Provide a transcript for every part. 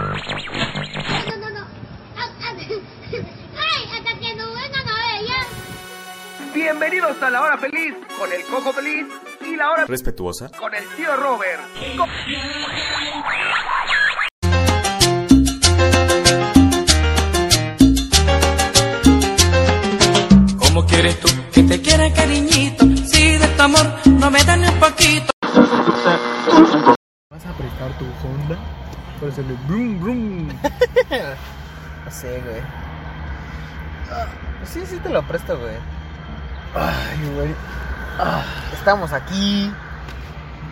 No, no, no. Ah, ah, ¡Ay! ¡Hasta que no vengan a ver ya! Bienvenidos a la hora feliz con el Coco Feliz y la hora respetuosa. con el tío Robert. ¿Cómo quieres tú que te quiera cariñito? Si de tu amor no me dan el poquito. ¿Vas a prestar tu Honda para hacerle brum brum? No sé, güey. Ah, Sí, sí te lo presto, güey. Ah, Ay, güey. Estamos aquí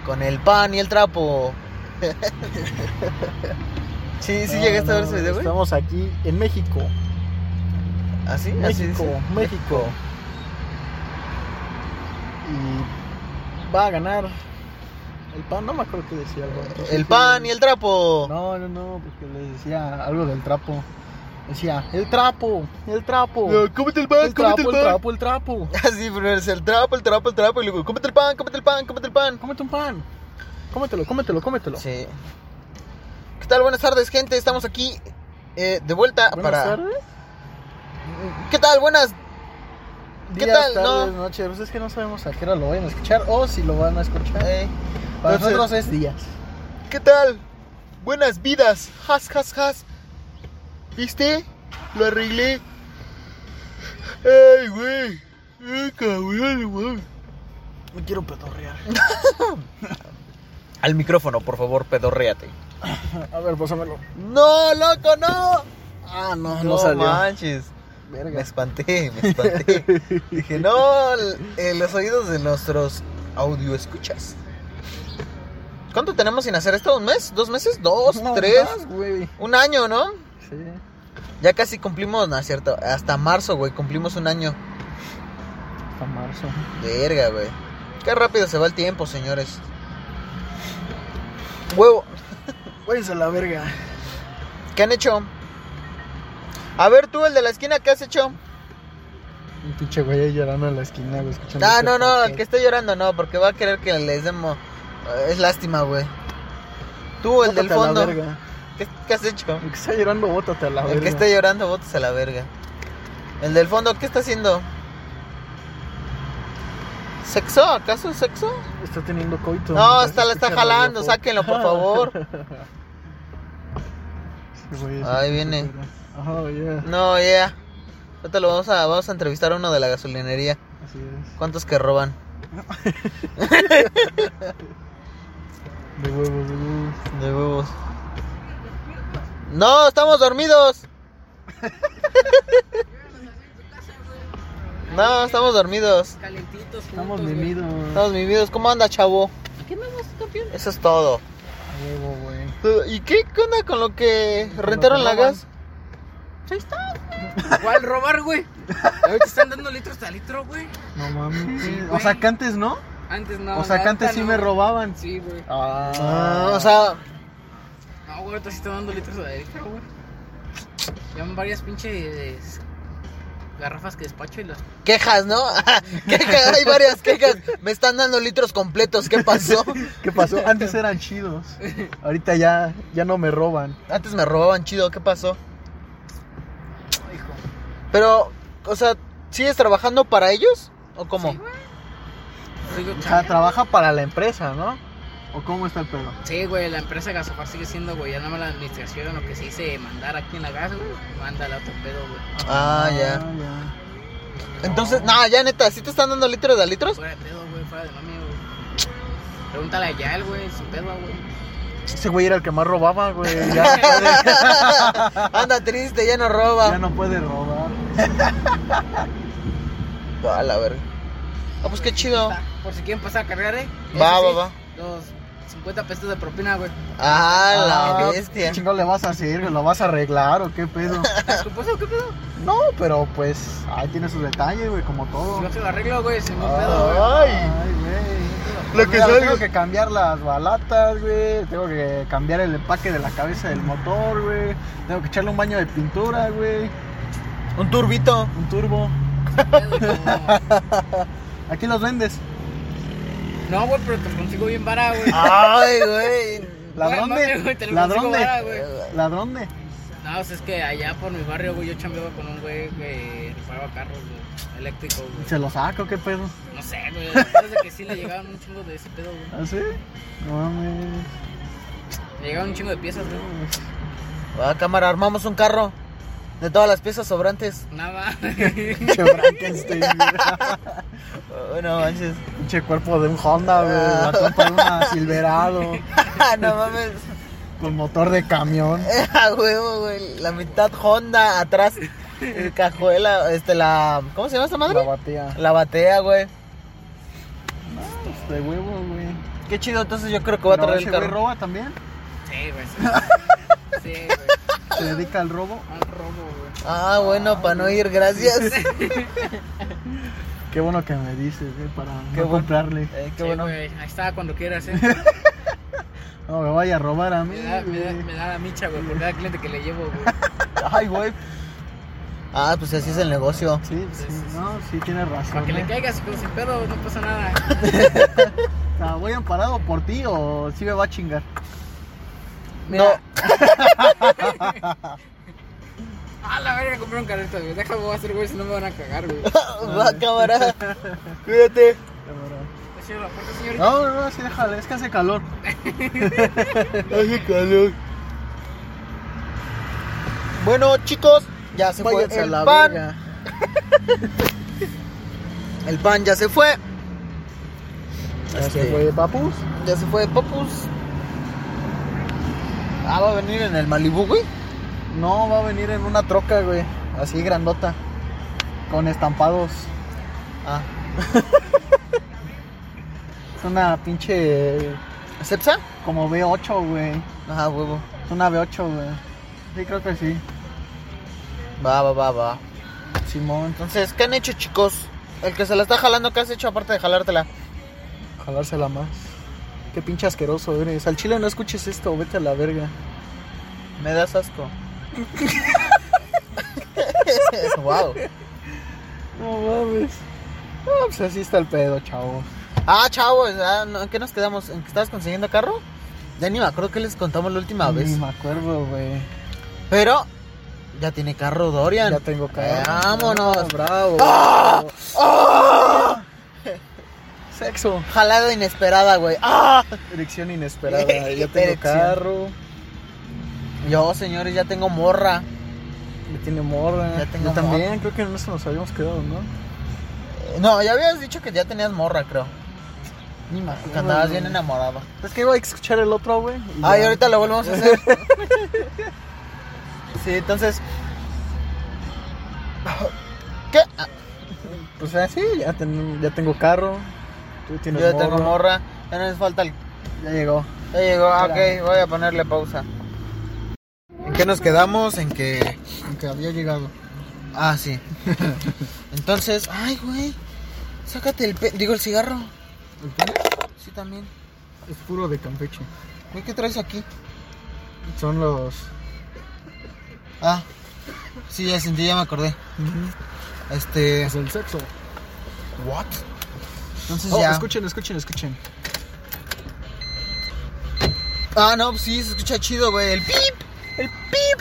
con el pan y el trapo. sí, sí llegaste a ver ese video, güey. ¿Ah, Estamos aquí en México. Así, así México, dice. México. Y va a ganar el pan, no me acuerdo que decía algo. El pan y el trapo. No, no, no, porque le decía algo del trapo. Decía, el trapo, el trapo. No, cómete el pan, el cómete trapo, el el pan. trapo, el trapo. Así, primero es el trapo, el trapo, el trapo. Y luego, cómete el pan, cómete el pan, cómete el pan. Cómete un pan. Cómetelo, cómetelo, cómetelo. Sí. ¿Qué tal? Buenas tardes, gente. Estamos aquí eh, de vuelta Buenas para. tardes. ¿Qué tal? Buenas. ¿Qué Días, tal? Tardes, No. noches. Pues es que no sabemos a qué hora lo vayan a escuchar o si lo van a escuchar. Eh, Para entonces- nosotros es días. ¿Qué tal? Buenas vidas. Has, has, has. ¿Viste? Lo arreglé. Ay, güey. Ay, cabrón, güey. Me quiero pedorrear. Al micrófono, por favor, pedorréate. A ver, pásamelo. No, loco, no. Ah, no, no, No salió. manches. Me Verga. espanté, me espanté. Dije, no, l- eh, los oídos de nuestros audio escuchas. ¿Cuánto tenemos sin hacer esto? ¿Un mes? ¿Dos meses? ¿Dos? No, ¿Tres? más, güey. Un año, ¿no? Sí. Ya casi cumplimos, no es cierto, hasta marzo, güey, cumplimos un año. Hasta marzo. Verga, güey. Qué rápido se va el tiempo, señores. Huevo, Váyanse a la verga. ¿qué han hecho? A ver tú, el de la esquina, ¿qué has hecho? Un pinche güey ahí llorando en la esquina, güey, escuchando. Ah, este no, no, podcast. el que esté llorando no, porque va a querer que les demos... eh, Es lástima, güey. Tú, el Bótate del a la fondo. verga. ¿Qué, qué has hecho? El que está llorando, bótate a la verga. El que esté llorando, botas a la verga. El del fondo, ¿qué está haciendo? ¿Sexo? ¿Acaso sexo? Está teniendo coito. No, Mientras está, la está escucha Radio jalando, Pop. sáquenlo, por favor. Sí, güey, ese Ahí pinche viene. verga. Oh, yeah. No, ya. Ahorita lo vamos a, vamos a entrevistar a uno de la gasolinería. Así es. ¿Cuántos que roban? De huevos, de huevos. De huevos. No, estamos dormidos. No, estamos dormidos. Estamos mimidos. Estamos vividos. ¿Cómo anda, chavo? Eso es todo. A huevo, güey. ¿Y qué, qué onda con lo que rentaron la gas? ¿Cuál robar, güey? Ahorita están dando litros a litro, güey. No mames. Sí, o güey. sea, que antes no. Antes no. o sea, que antes ahorita no. sí me robaban. Sí, güey. Ah, Ah, o sea, No, güey, ahorita sí están dando litros a litro, güey. Llevan varias pinches garrafas que despacho y las... quejas, ¿no? Quejas, hay varias quejas. Me están dando litros completos, ¿qué pasó? ¿qué pasó? Antes eran chidos. Ahorita ya, ya no me roban. Antes me robaban chido, ¿qué pasó? Pero, o sea, ¿sigues trabajando para ellos? ¿O cómo? Sí, güey. Digo, O sea, trabaja para la empresa, ¿no? ¿O cómo está el pedo? Sí, güey, la empresa Gasofar sigue siendo, güey, ya nada más la administración, lo que se dice mandar aquí en la gas, güey, manda la otro pedo, güey. ah, ya. Entonces, no, ya neta, ¿sí te están dando litros de litros? Fuera de pedo, güey, fuera de mami, güey. Pregúntale a Yael, güey, su pedo, güey. Ese güey era el que más robaba, güey. Ya no puede, Anda triste, ya no ya roba. no puede robar. A la verga. Ah, pues qué chido. Está, Por si quieren pasar a cargar, eh. Va, Eso va, va. Los 50 pesos de propina, güey. Ah, la Ah, bestia. ¿Qué chingo le vas a hacer? güey? ¿Lo vas a arreglar o qué pedo? ¿Estás culposo? ¿Qué pedo? No, pero pues ahí tiene sus detalles, güey, como todo. Ah. Yo se lo arreglo, güey, sin ningún pedo, güey. Ay. Ay, güey. Lo que Mira, salga. tengo que cambiar las balatas, güey. Tengo que cambiar el empaque de la cabeza del motor, güey. Tengo que echarle un baño de pintura, güey. Un turbito. Un turbo. Aquí los vendes. No, güey, pero te lo consigo bien para, güey. Ah. Ay, güey. ¿Ladrón Bueno, mami, güey, te de? lo ¿Ladrón consigo vara, de? güey. ¿Ladrón de? No, o sea, es que allá por mi barrio, güey, yo chambeaba con un güey que reparaba carros, güey, eléctrico, güey. ¿Se lo saco? ¿Qué pedo? No sé, güey, parece que sí le llegaban un chingo de ese pedo, güey. ¿Así? ¿Ah, No mames. Le llegaban un chingo de piezas, güey. Va, cámara, armamos un carro. De todas las piezas sobrantes. Nada más. Pinche Frankenstein, güey. Oh, no manches. Pinche cuerpo de un Honda, güey. La trompa de una Silverado. no mames. Con motor de camión. A huevo, güey. La mitad Honda atrás. El cajuela, este, la. ¿Cómo se llama esta La madre? batea. La batea, güey. De huevo, güey. Qué chido, entonces yo creo que voy a Pero traer ese el güey carro. roba también? Sí, güey. sí. Sí, güey. ¿Se dedica al robo? Al robo, güey. Ah, bueno, para no ir, gracias. Qué bueno que me dices, güey, para Qué no bueno. comprarle. Eh, qué Sí, bueno. güey, Ahí está cuando quieras, eh. No me vaya a robar a mí, Me da, me da, güey. me da la micha, güey, por cada cliente que le llevo, güey. Ay, güey. Ah, pues así es el negocio. Sí, sí, no, sí tienes razón. Para que le eh. caigas con sin pedo, no pasa nada. O sea, ¿Voy amparado por ti o sí me va a chingar? Mira. A la verga, compré un carrito, güey. Déjame voy a hacer, güey, si no me van a cagar, güey. No. Va, cámara. Cuídate. Cierra la puerta, señorita. No, no, no, sí, déjale, es que hace calor. Hace calor. Bueno, chicos, ya se Váyanse fue a el la pan. verga. El pan ya se fue. Ya se Este, fue de papus. Ya se fue Popus. Ah, va a venir en el Malibu, güey. No, va a venir en una troca, güey. Así grandota. Con estampados. Ah, Es una pinche. ¿Cepsa? Como V8, güey. Ajá, Ah, huevo. Es una V8, güey. Sí, creo que sí. Va, va, va, va. Simón. Entonces, ¿qué han hecho, chicos? El que se la está jalando, ¿qué has hecho aparte de jalártela? Jalársela más. Qué pinche asqueroso eres. Al chile no escuches esto, vete a la verga. Me das asco. wow. No mames. No, pues así está el pedo, chavo. Ah, chavos, ah, no, ¿en qué nos quedamos? ¿En que estabas consiguiendo carro? Ya ni me acuerdo que les contamos la última vez. Ni me acuerdo, güey. Pero ya tiene carro Dorian. Eh, Ya Eh, ¡Ah! tengo carro. Vámonos. Ah, bravo. ¡Ah! Sexo. Jalada inesperada, güey. ¡Ah! Erección inesperada. Ya tengo Erección. carro. Yo, señores, ya tengo morra. Ya tiene morra. Ya tengo Yo también, creo que en eso nos habíamos quedado, ¿no? No, ya habías dicho que ya tenías morra, creo. Ni me Que andabas Ah, güey. bien enamorado. Es que iba a escuchar el otro, güey. y Ay, Ah, ya. ahorita lo volvemos a hacer. sí, entonces. ¿Qué? Ah, Pues así, ya, ten- ya tengo carro. Tú Yo tienes ya morra. tengo morra. Ya no les falta el. Ya llegó. Ya llegó, ah, Espérame. ok, voy a ponerle pausa. ¿En qué nos quedamos? ¿En qué.? Aunque había llegado. Ah, sí. Entonces, ay, güey. Sácate el. pe- Digo, el cigarro. ¿El qué? Sí, también. Es puro de Campeche. Güey, ¿qué traes aquí? Son los. Ah, sí, ya sentí, ya me acordé. Este. Es el sexo. ¿What? Entonces Oh, ya. escuchen, escuchen, escuchen. Ah, no, pues sí, se escucha chido, güey. El pip, el pip.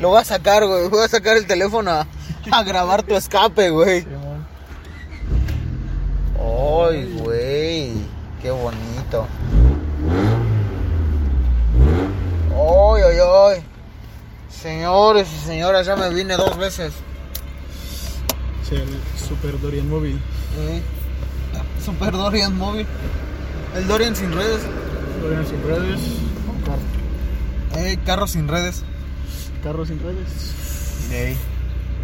Lo voy a sacar, güey. Voy a sacar el teléfono a, a grabar tu escape, güey. Ay, güey. Qué bonito. Ay, ay, ay. Señores y señoras, ya me vine dos veces. Sí, el Super Dorian Móvil. Sí. Super Dorian móvil. El Dorian sin redes. Dorian sin redes. Eh, carro sin redes. Carro sin redes.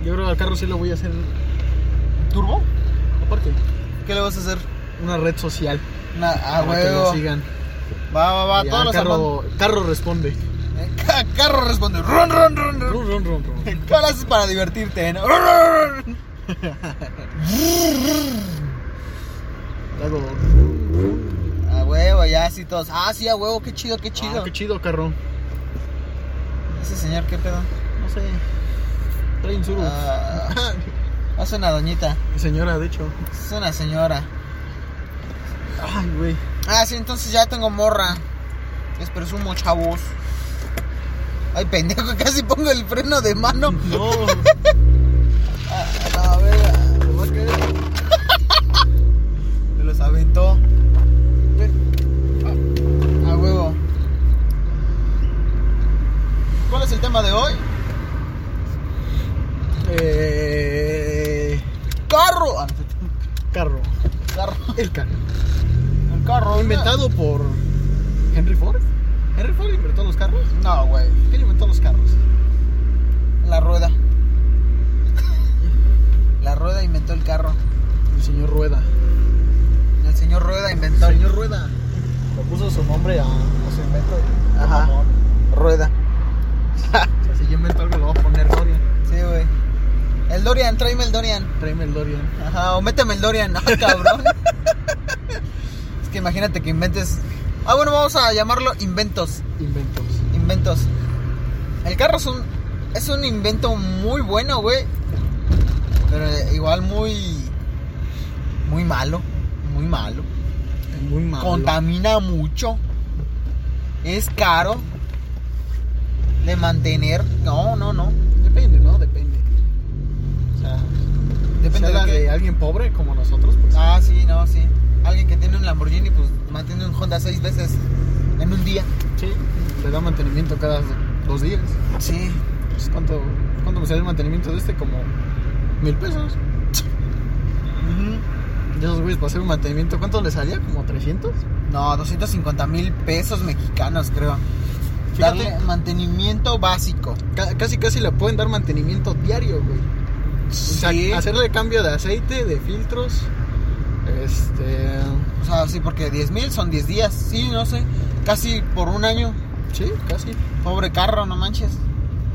Yo creo que al carro sí lo voy a hacer. ¿Turbo? Aparte, ¿Qué le vas a hacer? una red social. Una, ah, para que lo huevo. sigan. Va, va, va. Ya, Todos los carro, carro responde. aman- Ca- Carro responde. Run, run, run, run. Rum, rum, rum, rum. ¿Qué lo haces para divertirte? no? Run, run, run. Hago rum, rum, huevo, ya así todos. Ah, sí, a huevo, qué chido, qué chido. Ah, qué chido, carro. Ese señor, qué pedo. No sé. Trae insuro. Ah, es una doñita, Señora, de hecho. es una señora. Ay, güey. Ah, sí, entonces ya tengo morra. Les presumo, chavos. Ay, pendejo, casi pongo el freno de mano. No. Ah, la verga. ¿por qué? Me los aventó. Ve. Ah, A huevo. ¿Cuál es el tema de hoy? eh, ¡Carro! Ah, carro. carro. El carro. El carro. Inventado por Henry Ford. Henry Ford inventó los carros. No, güey. ¿Quién inventó los carros? La rueda. La rueda inventó el carro. El señor Rueda. El señor Rueda El inventó el señor Rueda. Le puso su nombre a, a su invento. Ajá. Rueda. O sea, si yo invento algo, lo voy a poner Dorian. Sí, güey. El Dorian, tráeme el Dorian. Tráeme el Dorian. Ajá, o méteme el Dorian, no, cabrón. es que imagínate que inventes. Ah, bueno, vamos a llamarlo inventos. Inventos. Inventos. El carro es un, es un invento muy bueno, güey. Pero eh, igual muy. Muy malo. Muy malo. Muy malo. Contamina mucho. Es caro. De mantener. No, no, no. Depende, ¿no? Depende. O sea, Depende depende de, de, qué- alguien pobre como nosotros, pues. Ah, sí, no, sí. Alguien que tiene un Lamborghini, pues mantiene un Honda seis veces en un día. Sí. Le da mantenimiento cada dos días. Sí. Pues, ¿cuánto, ¿Cuánto me sale el mantenimiento de este? Como mil pesos. Y esos güeyes para hacer un mantenimiento, ¿cuánto le salía? ¿Como 300? No, 250 mil pesos mexicanos, creo. Fíjate. Darle mantenimiento básico. Ca- casi, casi le pueden dar mantenimiento diario, güey. O sea, Sí. hacerle cambio de aceite, de filtros. Este. O sea, sí, porque 10 mil son 10 días. Sí, no sé. Casi por un año. Sí, casi. Pobre carro, no manches.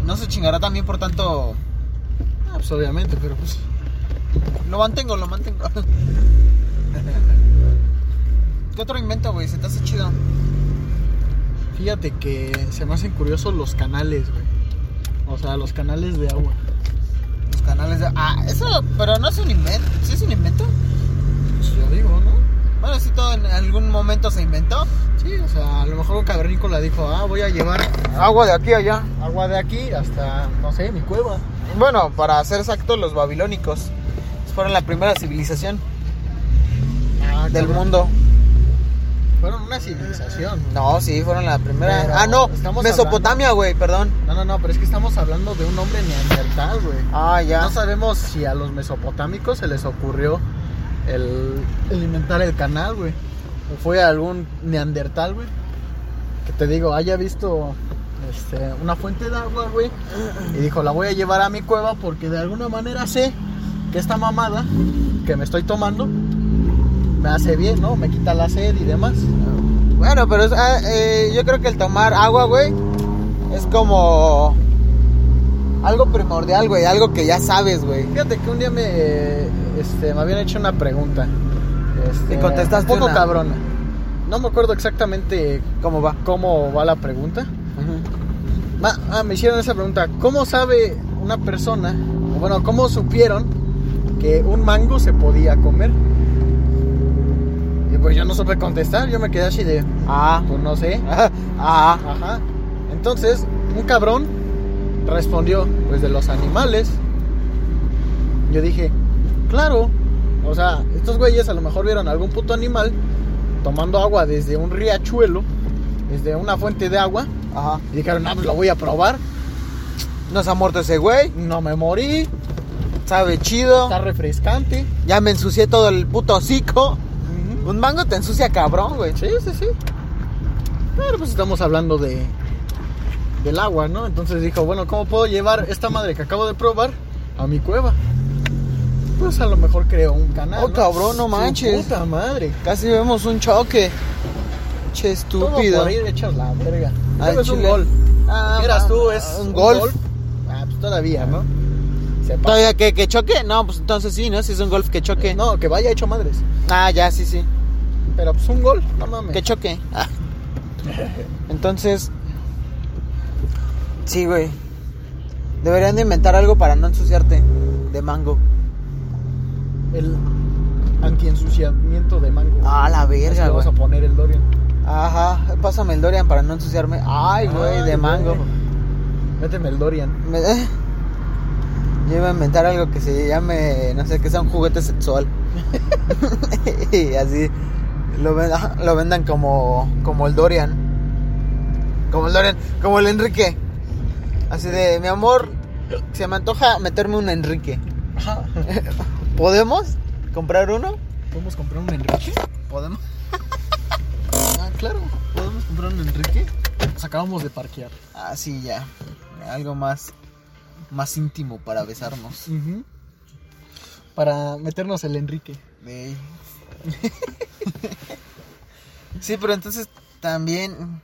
No se chingará también por tanto. Ah, pues obviamente, pero pues. Lo mantengo, lo mantengo. ¿Qué otro invento, güey? Se te hace chido. Fíjate que se me hacen curiosos los canales, güey. O sea, los canales de agua. Los canales de. Ah, eso, pero no es un invento. ¿Sí es un invento? Pues yo digo, ¿no? Bueno, sí, todo en algún momento se inventó. Sí, o sea, a lo mejor un cavernícola dijo, ah, voy a llevar Agua de aquí a allá. agua de aquí hasta, no sé, mi cueva. Bueno, para ser exacto, los babilónicos fueron la primera civilización Ah, del cabrón. mundo. Fueron una civilización. No, sí, fueron la primera. Pero ah, no, estamos Mesopotamia, güey, perdón. No, no, no, pero es que estamos hablando de un hombre neandertal, güey. Ah, ya. No sabemos si a los mesopotámicos se les ocurrió el, el inventar el canal, güey. O fue algún neandertal, güey. Que te digo, haya visto este, una fuente de agua, güey. Y dijo, la voy a llevar a mi cueva porque de alguna manera sé que esta mamada que me estoy tomando me hace bien, ¿no? Me quita la sed y demás. Bueno, pero es- ah, eh, yo creo que el tomar agua, güey, es como algo primordial, güey, algo que ya sabes, güey. Fíjate que un día me, este, me habían hecho una pregunta. Este, Y contestaste Un poco una. cabrona. No me acuerdo exactamente ¿Cómo va? cómo va la pregunta. Ma- ah, me hicieron esa pregunta. ¿Cómo sabe una persona, o bueno, cómo supieron que un mango se podía comer? Y pues yo no supe contestar, yo me quedé así de, Ah, pues no sé. ah, Ajá. Entonces, un cabrón respondió, pues de los animales. Yo dije, claro. O sea, estos güeyes a lo mejor vieron algún puto animal tomando agua desde un riachuelo, desde una fuente de agua. ajá. Y dijeron, ah, pues lo voy a probar. No se ha muerto ese güey, No me morí, sabe chido. está refrescante. Ya me ensucié todo el puto hocico. Un mango te ensucia cabrón, güey. Sí, sí, sí. Pero pues estamos hablando de del agua, ¿no? Entonces dijo, bueno, ¿cómo puedo llevar esta madre que acabo de probar a mi cueva? Pues a lo mejor creo un canal. Oh, cabrón, no Su manches. Puta madre. Casi vemos un choque. Che, Estúpido. estúpido. Todo por ir echas la verga. Al Tal vez un chile. gol. Ah, Eras ma- tú, es un golf. Ah, pues todavía, ¿no? Se pasa. ¿Todavía pues, que, que choque? No, pues entonces sí, ¿no? Si es un golf que choque. No, que vaya hecho madres. Ah, ya, sí, sí. Pero pues un gol, no mames. Que choque. Ah. Entonces, sí, güey. Deberían de inventar algo para no ensuciarte de mango. el antiensuciamiento de mango. Ah, la Así verga, le güey. vamos a poner el Dorian. Ajá, pásame el Dorian para no ensuciarme. Ay, güey, Ay, de mango. güey. Méteme el Dorian. Me- eh, Yo iba a inventar algo que se llame, no sé, que sea un juguete sexual. y así lo, venda- lo vendan como, como el Dorian. Como el Dorian, como el Enrique. Así de, mi amor, se me antoja meterme un Enrique. ¿Podemos comprar uno? ¿Podemos comprar un Enrique? Podemos. Ah, claro. ¿Podemos comprar un Enrique? Nos acabamos de parquear. Ah, sí, ya. Algo más, más íntimo para besarnos. Ujú. Para meternos el Enrique. Ey. sí, pero entonces también.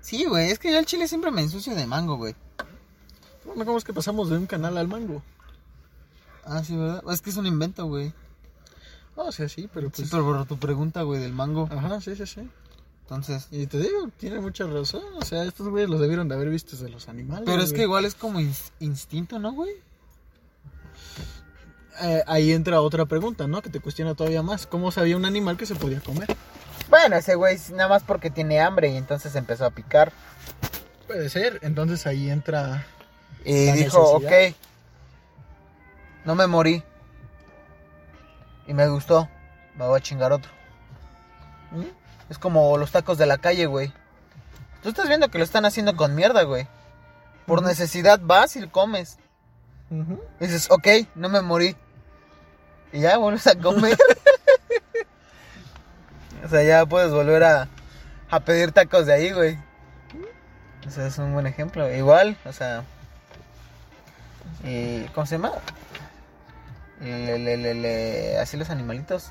Sí, güey, es que yo al chile siempre me ensucio de mango, güey. Bueno, ¿cómo es que pasamos de un canal al mango? Ah, sí, ¿verdad? Es que es un invento, güey. Ah, o sea, sí, pero Sí, pues... pero por tu pregunta, güey, del mango. Ajá, sí, sí, sí. Entonces. Y te digo, tiene mucha razón. O sea, estos güeyes los debieron de haber visto desde los animales. Pero es que güey. igual es como ins- instinto, ¿no, güey? Eh, ahí entra otra pregunta, ¿no? Que te cuestiona todavía más. ¿Cómo sabía un animal que se podía comer? Bueno, ese güey es nada más porque tiene hambre y entonces empezó a picar. Puede ser. Entonces ahí entra... Y La dijo, necesidad. ok, no me morí. Y me gustó, me voy a chingar otro. ¿Mm? Es como los tacos de la calle, güey. Tú estás viendo que lo están haciendo con mierda, güey. Por Ujú. necesidad vas y lo comes. Ujú. Y dices, ok, no me morí. Y ya vuelves a comer. o sea, ya puedes volver a, a pedir tacos de ahí, güey. O sea, es un buen ejemplo. Igual, o sea. eh, ¿Cómo se llama? Le- le- le- le- así los animalitos.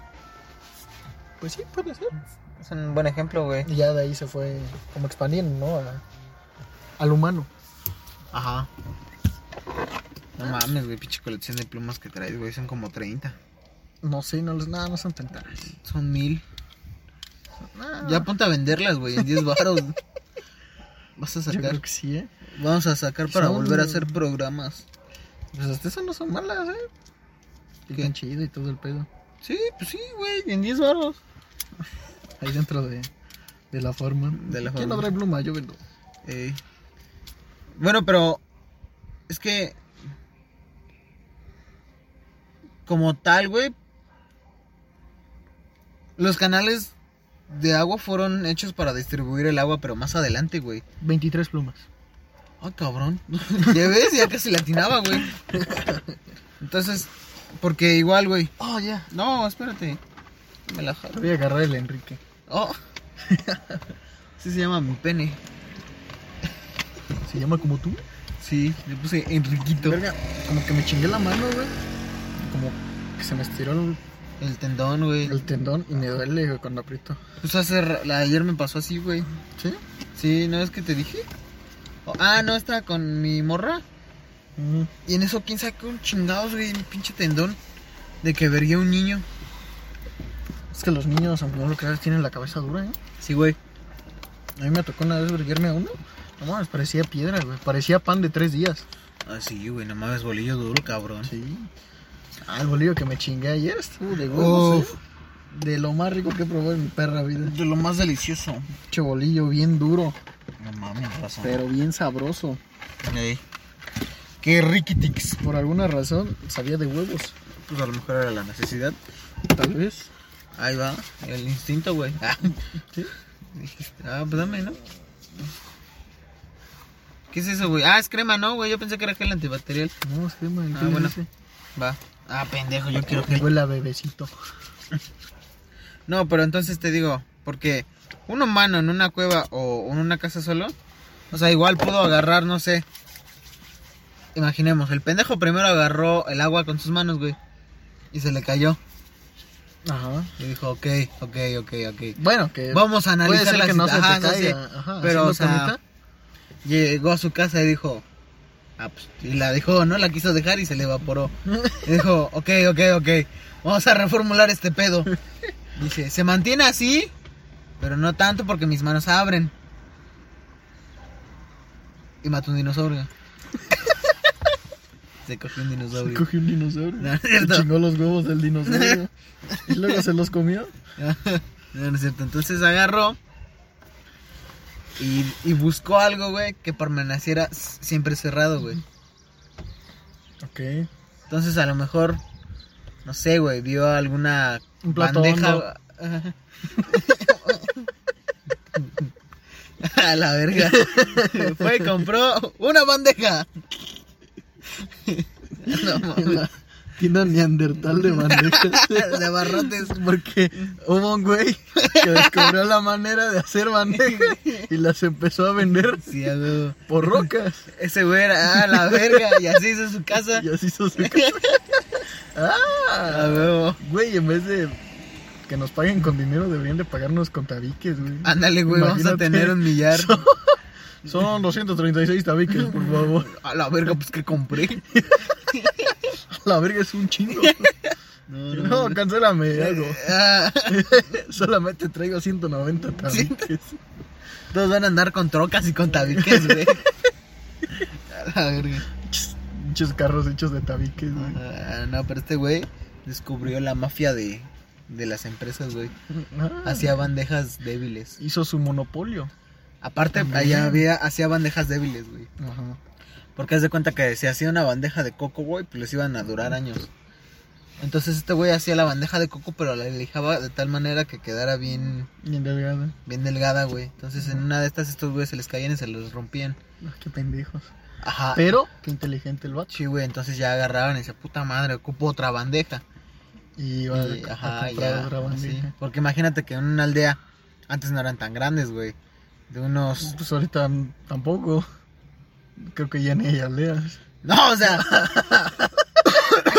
Pues sí, puede ser. Es un buen ejemplo, güey. Y ya de ahí se fue como expandiendo, ¿no? A- al humano. Ajá. No mames, güey, pinche colección de plumas que traes, güey. Son como 30. No sé, no los nada, no son tantas. Son mil. Ah, Ya apunta a venderlas, güey, en 10 baros. Vas a yo sacar. creo que sí, ¿eh? Vamos a sacar para Son- volver a hacer programas. Pues hasta eso no son malas, ¿eh? Pican chido y todo el pedo. Sí, pues sí, güey, en 10 baros. Ahí dentro de, de la forma. De la ¿Quién forma. no trae pluma? Yo vendo. Ey. Bueno, pero es que como tal, güey, los canales de agua fueron hechos para distribuir el agua, pero más adelante, güey. 23 plumas. Ah, cabrón. ya ves, ya casi latinaba, güey. Entonces, porque igual, güey. Oh, ya. No, espérate. Me la jalo. Te voy a agarrar el Enrique. Oh. Así se llama mi pene. ¿Se llama como tú? Sí, le puse Enriquito. Verga, como que me chingué la mano, güey. Como que se me estiró el, El tendón, güey. el tendón y me duele güey, cuando aprieto. Pues hace ra- la- ayer me pasó así, güey. ¿Sí? Sí, ¿no es que te dije? Oh, ah, no, estaba con mi morra. Mm. Y en eso, ¿quién sacó un chingados, güey? Un pinche tendón. De que vergué a un niño. Es que los niños, aunque no lo creas, tienen la cabeza dura, ¿eh? Sí, güey. A mí me tocó una vez verguerme a uno. No mames, parecía piedra, güey. Parecía pan de tres días. Ah, sí, güey, no mames, bolillo duro, cabrón. Sí. Ah, el bolillo que me chingué ayer estuvo de huevos, Uf. ¿eh? De lo más rico que he probado en mi perra vida. De lo más delicioso. Che bolillo bien duro, No mames, razón. pero bien sabroso. Ey. Qué riquitix. Por alguna razón, sabía de huevos. Pues a lo mejor era la necesidad. Tal vez. Ahí va, el instinto, güey. Ah, dijiste, ah, pues dame, ¿no? ¿Qué es eso, güey? Ah, es crema, ¿no, güey? Yo pensé que era gel antibacterial. No, es que me Ah, bueno. Va. Ah, pendejo, yo quiero gel. Huele a bebecito. No, pero entonces te digo, porque un humano en una cueva o en una casa solo, o sea, igual pudo agarrar, no sé. Imaginemos, el pendejo primero agarró el agua con sus manos, güey. Y se le cayó. Ajá. Y dijo, ok, ok, ok, ok. Bueno, que. Vamos a analizar puede ser la que no se situación. te Ajá, no sé. caiga. Ajá, Pero, así o sea, nunca, nunca. Llegó a su casa y dijo. Ah, pues, y la dejó, ¿no? La quiso dejar y se le evaporó. Y dijo, ok, ok, ok. Vamos a reformular este pedo. Dice, se mantiene así, pero no tanto porque mis manos abren. Y mató un dinosaurio. se cogió un dinosaurio. Cogió un dinosaurio. No, es se cierto. chingó los huevos del dinosaurio. y luego se los comió. no, no es cierto. Entonces agarró y, y buscó algo, güey, que permaneciera s- siempre cerrado, güey. Ok. Entonces a lo mejor, no sé, güey, vio alguna Un plato hondo. bandeja. a la verga. Fue y compró una bandeja. no mames. Tienda neandertal de bandejas. De barrotes. Porque Hubo un güey que descubrió la manera de hacer bandejas y las empezó a vender Sí, a huevo. por rocas. Ese güey era a la verga. Y así hizo su casa. Y así hizo su casa. A ¡Ah! huevo. Güey, en vez de que nos paguen con dinero, deberían de pagarnos con tabiques, güey. Ándale, güey, vamos a Imagínate. tener un millar. Son 236 tabiques, por favor. A la verga, pues que compré. La verga es un chingo. No, No, cancélame algo. Ah, Solamente traigo 190 tabiques. todos van a andar con trocas y con tabiques, güey. A la verga. Muchos carros hechos de tabiques, güey. Ah, no, pero este güey descubrió la mafia de, de las empresas, güey. Ah, Hacía bandejas débiles. Hizo su monopolio. Aparte, allá había, hacía bandejas débiles, güey. Ajá. Porque haz de cuenta que si hacía una bandeja de coco, güey, pues les iban a durar años. Entonces este güey hacía la bandeja de coco, pero la lijaba de tal manera que quedara bien, Y en delgada. bien delgada, güey. Entonces en una de estas estos güeyes se les caían y se los rompían. Ah, Qué pendejos. Ajá. Pero, qué inteligente el vato. Sí, güey, entonces ya agarraban y decía, puta madre, ocupo otra bandeja. Y va Y, a, ajá, a comprar ya, otra bandeja. así. Porque imagínate que en una aldea, antes no eran tan grandes, güey. De unos... Pues ahorita n- tampoco. Creo que ya ni hay aldeas. No, o sea...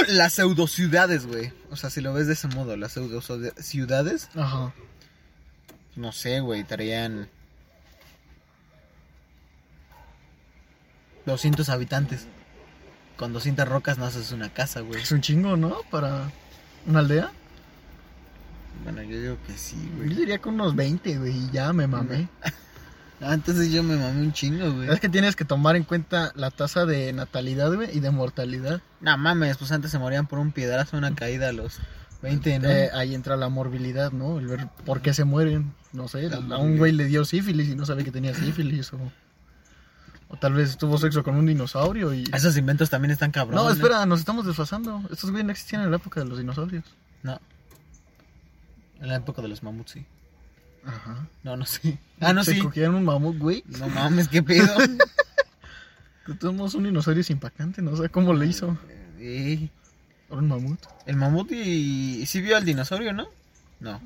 las pseudo ciudades, güey. O sea, si lo ves de ese modo, las pseudo ciudades, Ajá. no sé, güey, traían... 200 habitantes. Con 200 rocas no haces una casa, güey. Es un chingo, ¿no? Para una aldea. Bueno, yo digo que sí, Yo güey. diría que unos 20, güey, y ya me mamé. Ah, entonces yo me mamé un chingo, güey. Es que tienes que tomar en cuenta la tasa de natalidad, güey, y de mortalidad. No mames, pues antes se morían por un piedrazo, una caída a los 20, ¿no? Eh, ahí entra la morbilidad, ¿no? El ver por qué se mueren. No sé, La a un morbilidad. güey le dio sífilis y no sabe que tenía sífilis. O, o tal vez tuvo sexo con un dinosaurio y... Esos inventos también están cabrones. No, espera, nos estamos desfasando. Estos güeyes no existían en la época de los dinosaurios. No. En la época de los mamuts, sí. Ajá. No, no sé. Ah, no, Se sí. cogían un mamut, güey. No mames, qué pedo. De todos modos, un dinosaurio es impactante, no sé cómo le hizo. Sí. Era un mamut. El mamut y... y sí vio al dinosaurio, ¿no? No.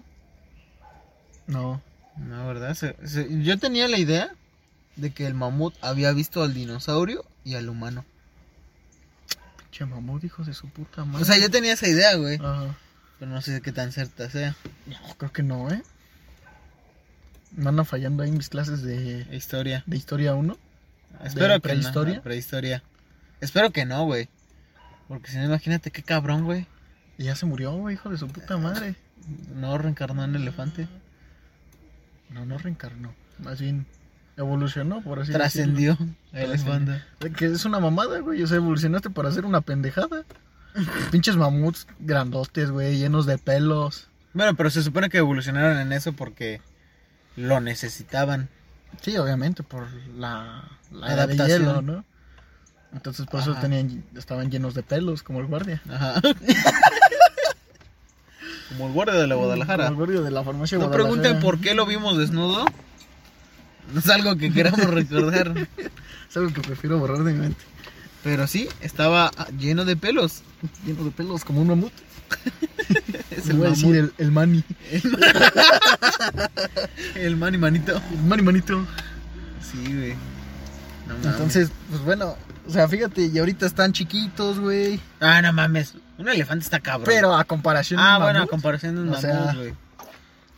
No. No, ¿verdad? Se- se- Yo tenía la idea de que el mamut había visto al dinosaurio y al humano. Che, mamut, hijo de su puta madre. O sea, yo tenía esa idea, güey. Ajá. Pero no sé qué tan cierta sea. No, creo que no, ¿eh? Me andan fallando ahí mis clases de, Historia. de historia 1. Espero que prehistoria? no. Prehistoria. Espero que no, güey. Porque si no, imagínate qué cabrón, güey. Y ya se murió, güey, hijo de su puta madre. No reencarnó en elefante. No, no reencarnó. Más bien evolucionó, por así Trascendió a Trascendió. elefante. decirlo. Que es una mamada, güey. O sea, evolucionaste para hacer una pendejada. Pinches mamuts grandotes, güey, llenos de pelos. Bueno, pero se supone que evolucionaron en eso porque lo necesitaban. Sí, obviamente, por la, la edad de Adaptación. hielo, ¿no? Entonces por eso Ajá. tenían, estaban llenos de pelos, como el guardia. Ajá. Como el guardia de la Como Guadalajara. el guardia de la farmacia No Guadalajara. pregunten por qué lo vimos desnudo. No es algo que queramos recordar. Es algo que prefiero borrar de mi mente. Pero sí, estaba ah, lleno de pelos. Lleno de pelos, como un mamut. Es Le el voy a decir mamut. el, el mani. El man y manito. El mani manito. Sí, güey. No mames. Entonces, pues bueno, o sea, fíjate, y ahorita están chiquitos, güey. Ah, no mames. Un elefante está cabrón. Pero a comparación de Ah, un bueno, a mamut, comparación de un O mamut, sea, güey.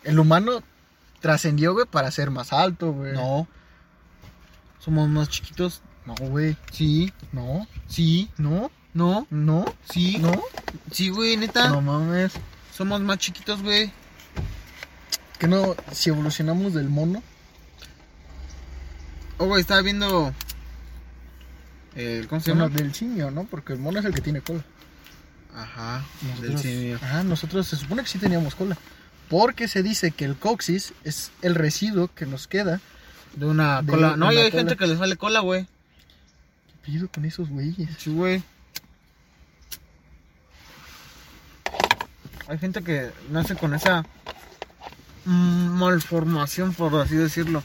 el humano trascendió, güey, para ser más alto, güey. No. Somos más chiquitos. No, güey. Sí, No, sí, no, no, no, sí, no. sí, güey, neta. No mames. Somos más chiquitos, güey. que no? Si evolucionamos del mono. Oh, güey, estaba viendo. El, ¿Cómo se bueno, llama? del simio, ¿no? Porque el mono es el que tiene cola. Ajá, del Nosotros, simio. ajá, nosotros se supone que sí teníamos cola. Porque se dice que el coxis es el residuo que nos queda. De una De cola. No, una y hay cola. gente que le sale cola, güey. ¿Qué pido con esos güeyes? Sí, güey. Hay gente que nace con esa mm, malformación, por así decirlo.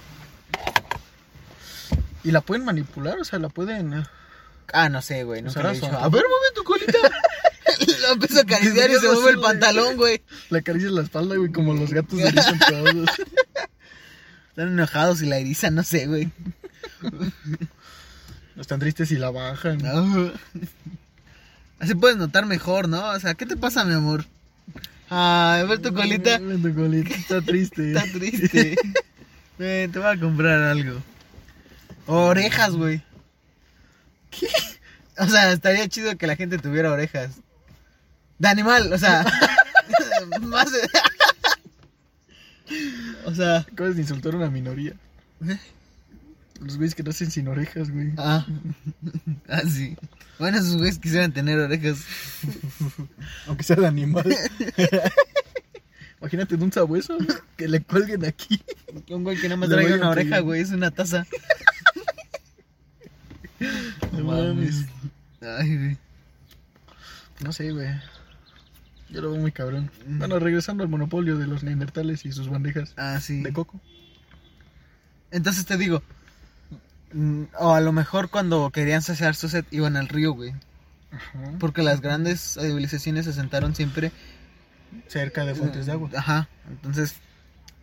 ¿Y la pueden manipular? O sea, la pueden... eh, Ah, no sé, güey. usar nunca le he su- dicho. A ver, mueve tu colita. Lo empiezo a acariciar y se mueve el pantalón, güey. Le acaricias la espalda, güey, como los gatos de erizan todos. Están enojados y la eriza, no sé, güey. Están tristes y la bajan. Así puedes notar mejor, ¿no? O sea, ¿qué te pasa, mi amor? Ah, ver tu colita. Mueve tu colita, está triste. Está triste. Ven, te voy a comprar algo. Orejas, güey. ¿Qué? O sea, estaría chido que la gente tuviera orejas. De animal, o sea. más de... O sea. Acabas de insultar a una minoría. Los güeyes que nacen sin orejas, güey. Ah. Ah, sí. Bueno, esos güeyes quisieran tener orejas. Aunque sea de animal. Imagínate de un sabueso güey, que le cuelguen aquí. Un güey que nada más Le trae voy a una oreja, pedir. güey, es una taza. No mames. Ay, güey. No sé, güey. Yo lo veo muy cabrón. Bueno, regresando al monopolio de los neandertales y sus bandejas Ah, sí. de coco. Entonces te digo. mm, O a lo mejor cuando querían saciar su sed iban al río, güey. Ajá. Porque las grandes civilizaciones se sentaron siempre. Cerca de fuentes de agua. Ajá. Entonces,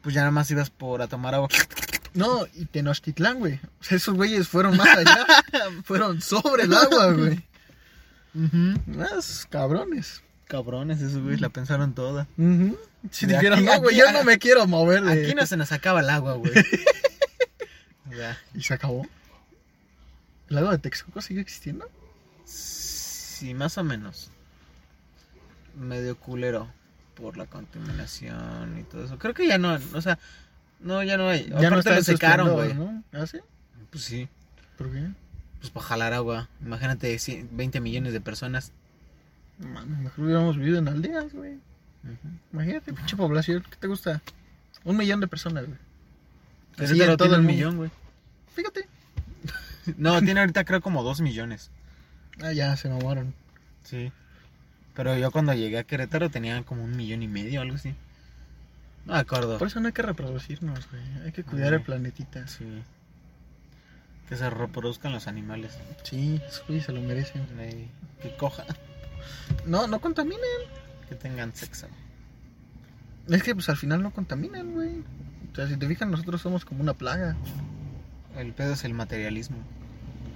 pues ya nada más ibas por a tomar agua. No, y Tenochtitlán, güey. O sea, esos güeyes fueron más allá. fueron sobre el agua, güey. Más cabrones. Cabrones, esos güeyes la pensaron toda. Si De dijeran, aquí- no, güey, aquí- yo no me quiero mover de Aquí no se nos acaba el agua, güey. Ya. Y se acabó. ¿El lago de Texcoco sigue existiendo? Sí, más o menos. Medio culero por la contaminación y todo eso. Creo que ya no, o sea, no, ya no hay. Aparte lo en su secaron, esplendor, güey. ¿no? ¿Ah, sí? Pues sí, ¿Por qué? pues para jalar agua. Imagínate cien- 20 millones de personas. No Mames, mejor hubiéramos vivido en aldeas, güey. Imagínate, pinche población, ¿qué te gusta? Un millón de personas, güey. Pero Así ahorita en lo todo tiene el un mundo. millón, güey. Fíjate. No, tiene ahorita creo como 2 millones. Ah, ya, se mamaron. Sí. Pero yo cuando llegué a Querétaro tenía como un millón y medio, algo así. No me acuerdo. Por eso no hay que reproducirnos, güey. Hay que cuidar Ajá. el planetita. Sí. Que se reproduzcan los animales. Sí, esos güeyes se lo merecen. Ahí, Que coja, No, no contaminen. que tengan sexo. Es que pues al final no contaminan, güey. O sea, si te fijas, nosotros somos como una plaga. El pedo es el materialismo.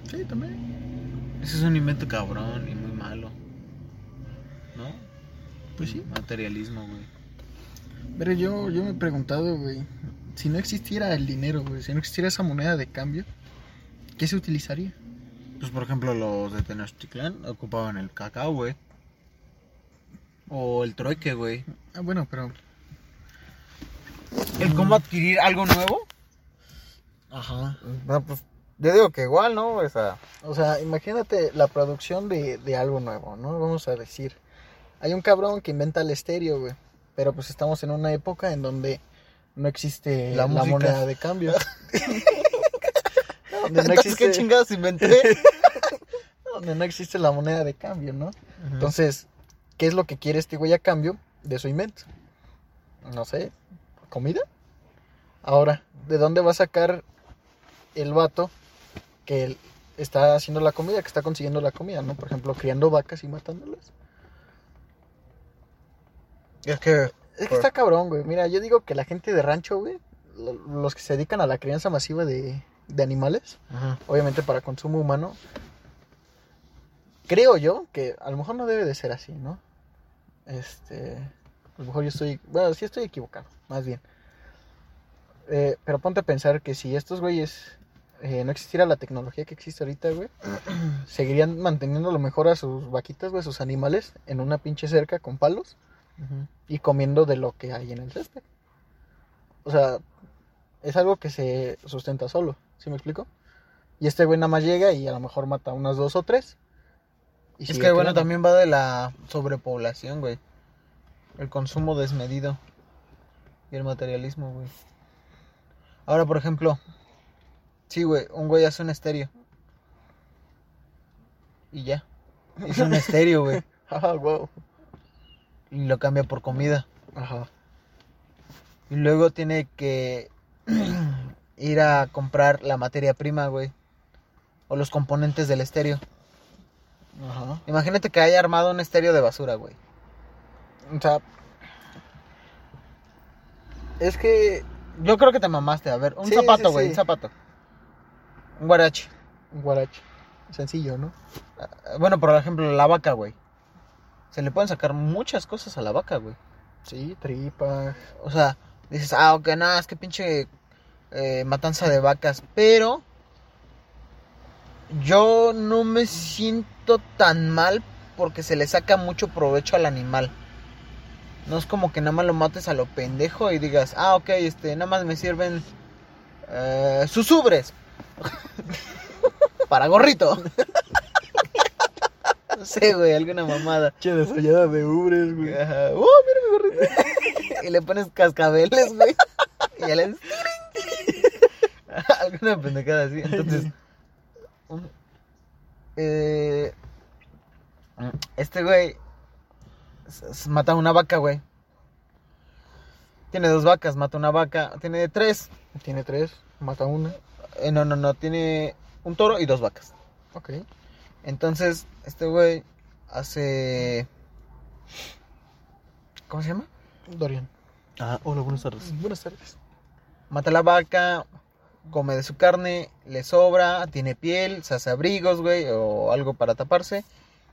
Sí, también. Ese es un invento cabrón y muy malo. ¿No? Pues sí. Materialismo, güey. Pero yo, yo me he preguntado, güey, si no existiera el dinero, güey, si no existiera esa moneda de cambio, ¿qué se utilizaría? Pues por ejemplo los de Tenochtitlán ocupaban el cacao, güey. O el trueque, güey. Ah, bueno, pero... ¿El cómo adquirir algo nuevo? Ajá. No, pues yo digo que igual, ¿no? O sea, O sea, imagínate la producción de, de algo nuevo, ¿no? Vamos a decir. Hay un cabrón que inventa el estéreo, güey. Pero pues estamos en una época en donde no existe La la, música. moneda de cambio. donde, no Entonces, ¿qué existe, chingados inventé? donde no existe la moneda de cambio, ¿no? Entonces, ¿qué es lo que quiere este güey a cambio de su invento? No sé, comida. Ahora, ¿de dónde va a sacar el vato que él está haciendo la comida, que está consiguiendo la comida, ¿no? Por ejemplo, criando vacas y matándolas. es que Es que Por- está cabrón, güey. Mira, yo digo que la gente de rancho, güey, lo- los que se dedican a la crianza masiva de, de animales, obviamente este para consumo humano, creo yo que a lo mejor no debe de ser así, ¿no? Este, a lo mejor yo estoy, bueno, sí estoy equivocado, más bien. Eh, pero ponte a pensar que si estos güeyes eh, no existiera la tecnología que existe ahorita, güey, seguirían manteniendo a lo mejor a sus vaquitas, güey, sus animales en una pinche cerca con palos y comiendo de lo que hay en el césped. O sea, es algo que se sustenta solo, ¿sí me explico? Y este güey nada más llega y a lo mejor mata unas dos o tres. y Es sigue que, bueno, creando. también va de la sobrepoblación, güey. El consumo desmedido. Y el materialismo, güey. Ahora, por ejemplo. Sí, güey, un güey hace un estéreo. Y ya. Hizo un estéreo, güey. Ajá, wow. Y lo cambia por comida. Ajá. Y luego tiene que ir a comprar la materia prima, güey. O los componentes del estéreo. Ajá. Imagínate que haya armado un estéreo de basura, güey. O sea, es que Yo creo que te mamaste. A ver, un Sí, zapato, sí, güey, sí. un zapato. Un guarache. un guarache. Sencillo, ¿no? Ah, Bueno, por ejemplo, la vaca, güey. Se le pueden sacar muchas cosas a la vaca, güey. Sí, tripas. O sea, dices, ah, ok, nada, es que pinche eh, matanza de vacas. Pero yo no me siento tan mal porque se le saca mucho provecho al animal. No es como que nada más lo mates a lo pendejo y digas, ah, ok, este, nada más me sirven eh, sus ubres. Para gorrito. no sé, güey, alguna mamada. Che, desollada de ubres, güey. Ajá. ¡Oh, mira mi gorrito! y le pones cascabeles, güey. Y ya le haces tirin, tirin. Alguna pendejada así. Entonces, un- eh, este güey s- s- mata a una vaca, güey. Tiene dos vacas, mata una vaca. Tiene tres. Tiene tres, mata una. Eh, no, no, no. Tiene un toro y dos vacas. Ok. Entonces, este güey hace. ¿Cómo se llama? Dorian. Ah, hola, buenas tardes. Buenas tardes. Mata la vaca, come de su carne, le sobra, tiene piel, se hace abrigos, güey, o algo para taparse,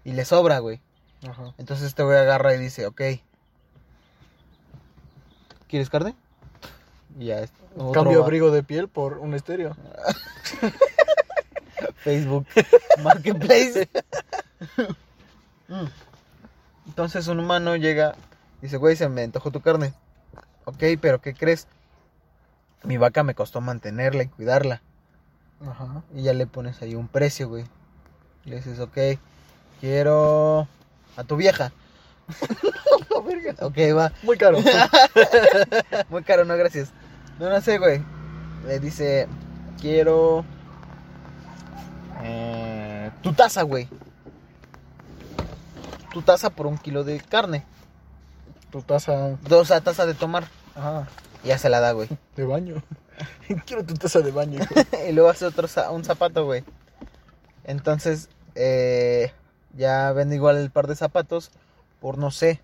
y le sobra, güey. Ajá. Entonces este güey agarra y dice, ok. ¿Quieres carne? Y ya es. otro Cambio va- abrigo de piel por un estéreo. Facebook Marketplace. Mm. Entonces un humano llega y dice, güey, se me antojó tu carne. Ok, pero ¿qué crees? Mi vaca me costó mantenerla y cuidarla. Ajá. Y ya le pones ahí un precio, güey. Y le dices, ok, quiero a tu vieja. ok, va. Muy caro. Muy caro, no, gracias. No, no sé, güey. Le dice, quiero... eh, tu taza, güey. Tu taza por un kilo de carne. tu taza Dos o sea, taza de tomar. ajá, Y Ya se la da, güey. de baño. Quiero tu taza de baño. hijo. y luego hace otro za- un zapato, güey. Entonces, eh, ya vende igual el par de zapatos por no sé.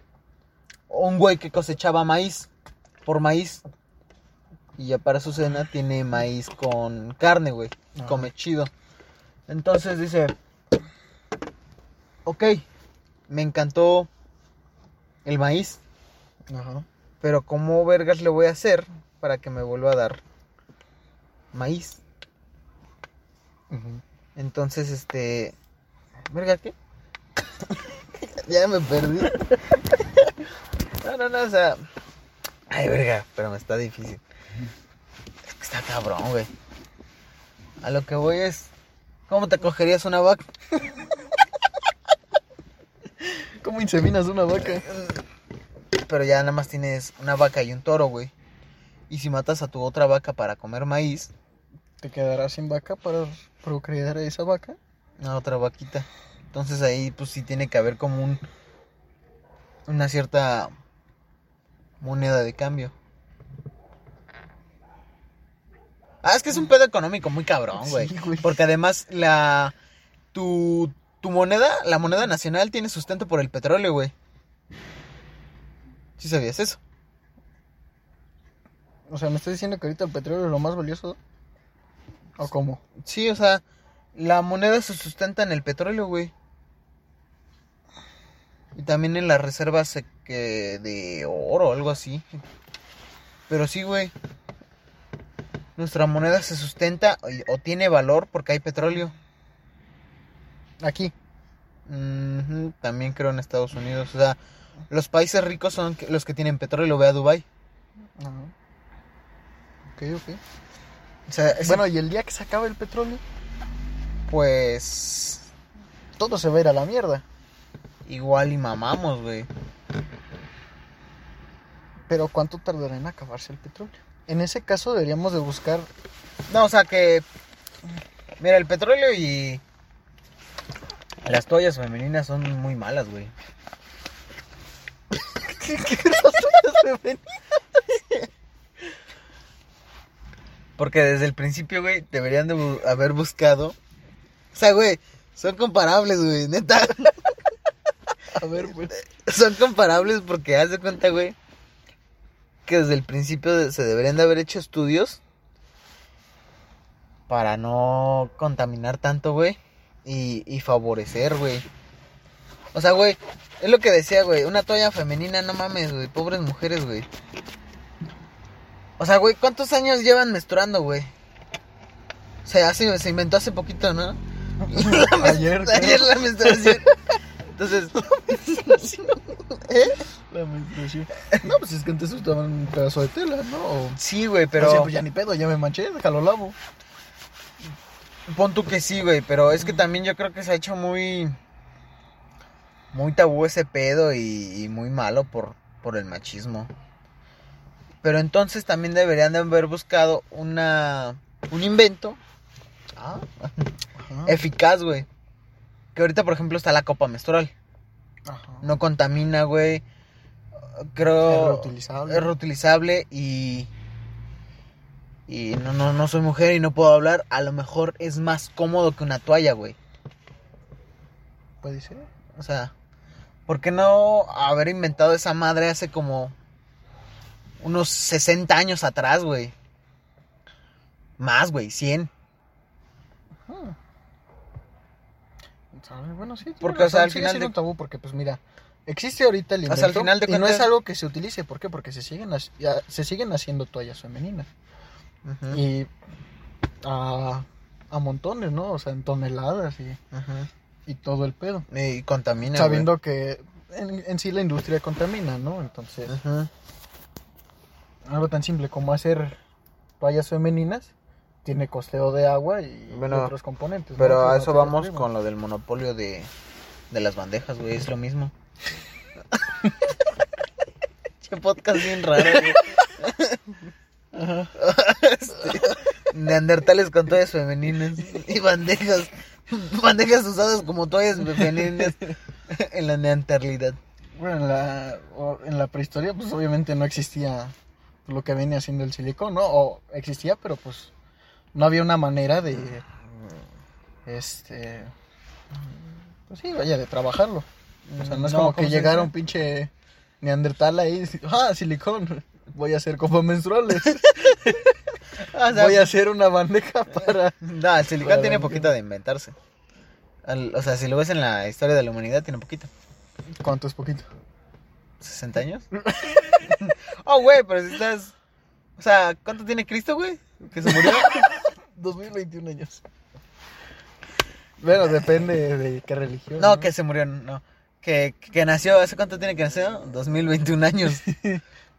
Un güey que cosechaba maíz por maíz. Y ya para su cena tiene maíz con carne, güey. y Ajá. Come chido. Entonces dice, ok, me encantó el maíz, Ajá. pero ¿cómo vergas le voy a hacer para que me vuelva a dar maíz? Ujú. Entonces, este. ¿Verga qué? ya me perdí. no, no, no, o sea. Ay, verga, pero me está difícil. Es que está cabrón, güey. A lo que voy es. ¿Cómo te cogerías una vaca? ¿Cómo inseminas una vaca? Pero ya nada más tienes una vaca y un toro, güey. Y si matas a tu otra vaca para comer maíz, Te quedarás sin vaca para procrear a esa vaca. a otra vaquita. Entonces ahí, pues sí tiene que haber como un. Una cierta. Moneda de cambio. Ah, es que es un pedo económico muy cabrón, güey. Sí, güey. Porque además la. Tu, tu moneda, la moneda nacional tiene sustento por el petróleo, güey. ¿Sí sabías eso? O sea, ¿me estás diciendo que ahorita el petróleo es lo más valioso? ¿O cómo? Sí, o sea, la moneda se sustenta en el petróleo, güey. Y también en las reservas eh, que de oro o algo así. Pero sí, güey. Nuestra moneda se sustenta y- o tiene valor porque hay petróleo. Aquí. Ujú, también creo en Estados Unidos. O sea, los países ricos son que- los que tienen petróleo. Ve a Dubái. Ajá. ok, ok. O sea, ese- Bueno, y el día que se acabe el petróleo, pues. todo se va a ir a la mierda. Igual y mamamos, güey. Pero ¿cuánto tardará en acabarse el petróleo? En ese caso deberíamos de buscar... No, o sea que. Mira, el petróleo y. Las toallas femeninas son muy malas, güey. Porque desde el principio, güey, deberían de bu- haber buscado. O sea, güey, son comparables, güey, neta. A ver, pues... Son comparables porque haz de cuenta, güey, que desde el principio de- se deberían de haber hecho estudios para no contaminar tanto, güey, y, y favorecer, güey. O sea, güey, es lo que decía, güey, una toalla femenina, no mames, güey, pobres mujeres, güey. O sea, güey, ¿cuántos años llevan menstruando, güey? O sea, hace- se inventó hace poquito, ¿no? Ayer, creo. Ayer la menstruación. Entonces, ¿eh? La menstruación. No, pues es que antes usaban un pedazo de tela, ¿no? O- sí, güey, Pero pero... pues ya ni pedo, ya me manché, déjalo lavo. Pon tú que sí, güey, pero es que también yo creo que se ha hecho muy. Muy tabú ese pedo y, y muy malo por, por el machismo. Pero entonces también deberían de haber buscado una. Un invento Ajá. eficaz, güey. Que ahorita, por ejemplo, está la copa menstrual. Ajá. No contamina, güey. Creo. Es reutilizable. Es reutilizable y. Y no, no, no soy mujer y no puedo hablar. A lo mejor es más cómodo que una toalla, güey. Puede ser. O sea, ¿por qué no haber inventado esa madre hace como unos 60 años atrás, güey? Más, güey, 100. Ajá. ¿Sabes? Ah. Bueno, sí. tiene Porque, o sea, razón, al sigue final siendo de- un tabú porque, pues mira, existe ahorita el O invento sea, al final de y no cuentas- es algo que se utilice. ¿Por qué? Porque se siguen, hac- ya- se siguen haciendo toallas femeninas. Ujú, Y a, a montones, ¿no? O sea, en toneladas y, ujú. y todo el pedo. Y contamina, güey. Sabiendo que en, en sí la industria contamina, ¿no? Entonces... Ujú. algo tan simple como hacer toallas femeninas tiene costeo de agua y Bueno, otros componentes. ¿no? Pero a Entonces, eso no te vamos digo. con lo del monopolio de, de las bandejas, güey, es lo mismo. che podcast bien raro, güey. Este, neandertales con toallas femeninas y bandejas, bandejas usadas como toallas femeninas en la neandertalidad. Bueno, en la, o- en la prehistoria, pues obviamente no existía lo que viene haciendo el silicón, ¿no? O existía, pero pues no había una manera de. Este. Pues sí, vaya, de trabajarlo. O sea, no es como que ¿cómo se llegara dice? un pinche neandertal ahí y dice, ah, silicón, voy a hacer copas menstruales, O sea, voy a hacer una bandeja para... No, el silicón Para tiene vender. poquito de inventarse. Al- o sea, si lo ves en la historia de la humanidad, tiene poquito. ¿Cuánto es poquito? ¿60 años? oh, güey, pero si estás. O sea, ¿cuánto tiene Cristo, güey? Que se murió. 2021 años. Bueno, depende de qué religión. No, que se murió, no. Que, que nació, ¿hace cuánto tiene que nacer? 2021 años.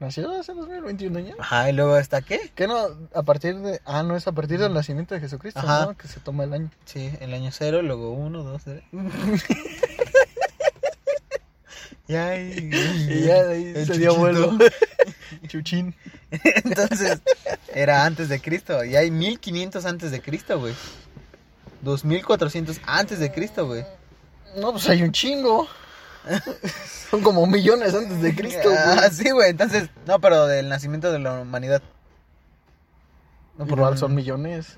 ¿Nació hace 2021 años? Ajá, y luego está qué? Que no, a partir de. Ah, no, es a partir del nacimiento de Jesucristo, Ajá. ¿no? Que se toma el año. Sí, el año cero, luego uno, dos, tres. ya, y, Y ya de ahí el se dio chuchito. vuelo. Chuchín. Entonces, era antes de Cristo. Y hay 1500 antes de Cristo, güey. 2400 antes de Cristo, güey. No, pues hay un chingo. Son como millones antes de Cristo, güey. Ah, sí, güey. Entonces, no, pero del nacimiento de la humanidad. No, por Igual lo son son millones.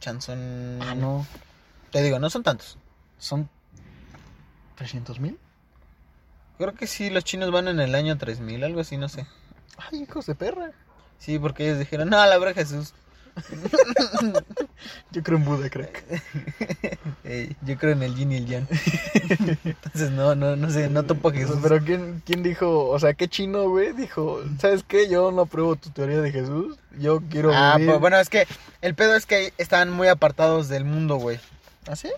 chanzón. Ah, no. Te digo, no son tantos. Son. 300 mil. Creo que sí, los chinos van en el año 3000, algo así, no sé. Ay, hijos de perra. Sí, porque ellos dijeron, no, a la verga Jesús. Yo creo en Buda, crack. Eh, yo creo en el yin y el yang. Entonces, no, no, no sé, no topo a Jesús. Pero ¿quién, ¿quién dijo? O sea, ¿qué chino, güey? Dijo, ¿sabes qué? Yo no apruebo tu teoría de Jesús. Yo quiero Ah, vivir". pues bueno, es que el pedo es que estaban muy apartados del mundo, güey. ¿Ah, sí?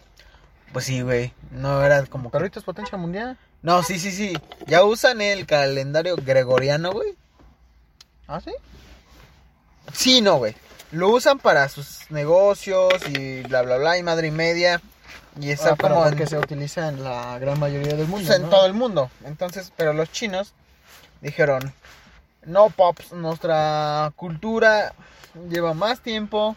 Pues sí, güey. No era como que Pero ahorita es potencia mundial. No, sí, sí, sí. Ya usan el calendario gregoriano, güey. ¿Ah, sí? Sí, no, güey. Lo usan para sus negocios y bla, bla, bla, y madre y media. Y está Ah, pero como en, porque se utiliza en la gran mayoría del mundo. pues, en ¿no? todo el mundo. Entonces, pero los chinos dijeron, no pops, nuestra cultura lleva más tiempo.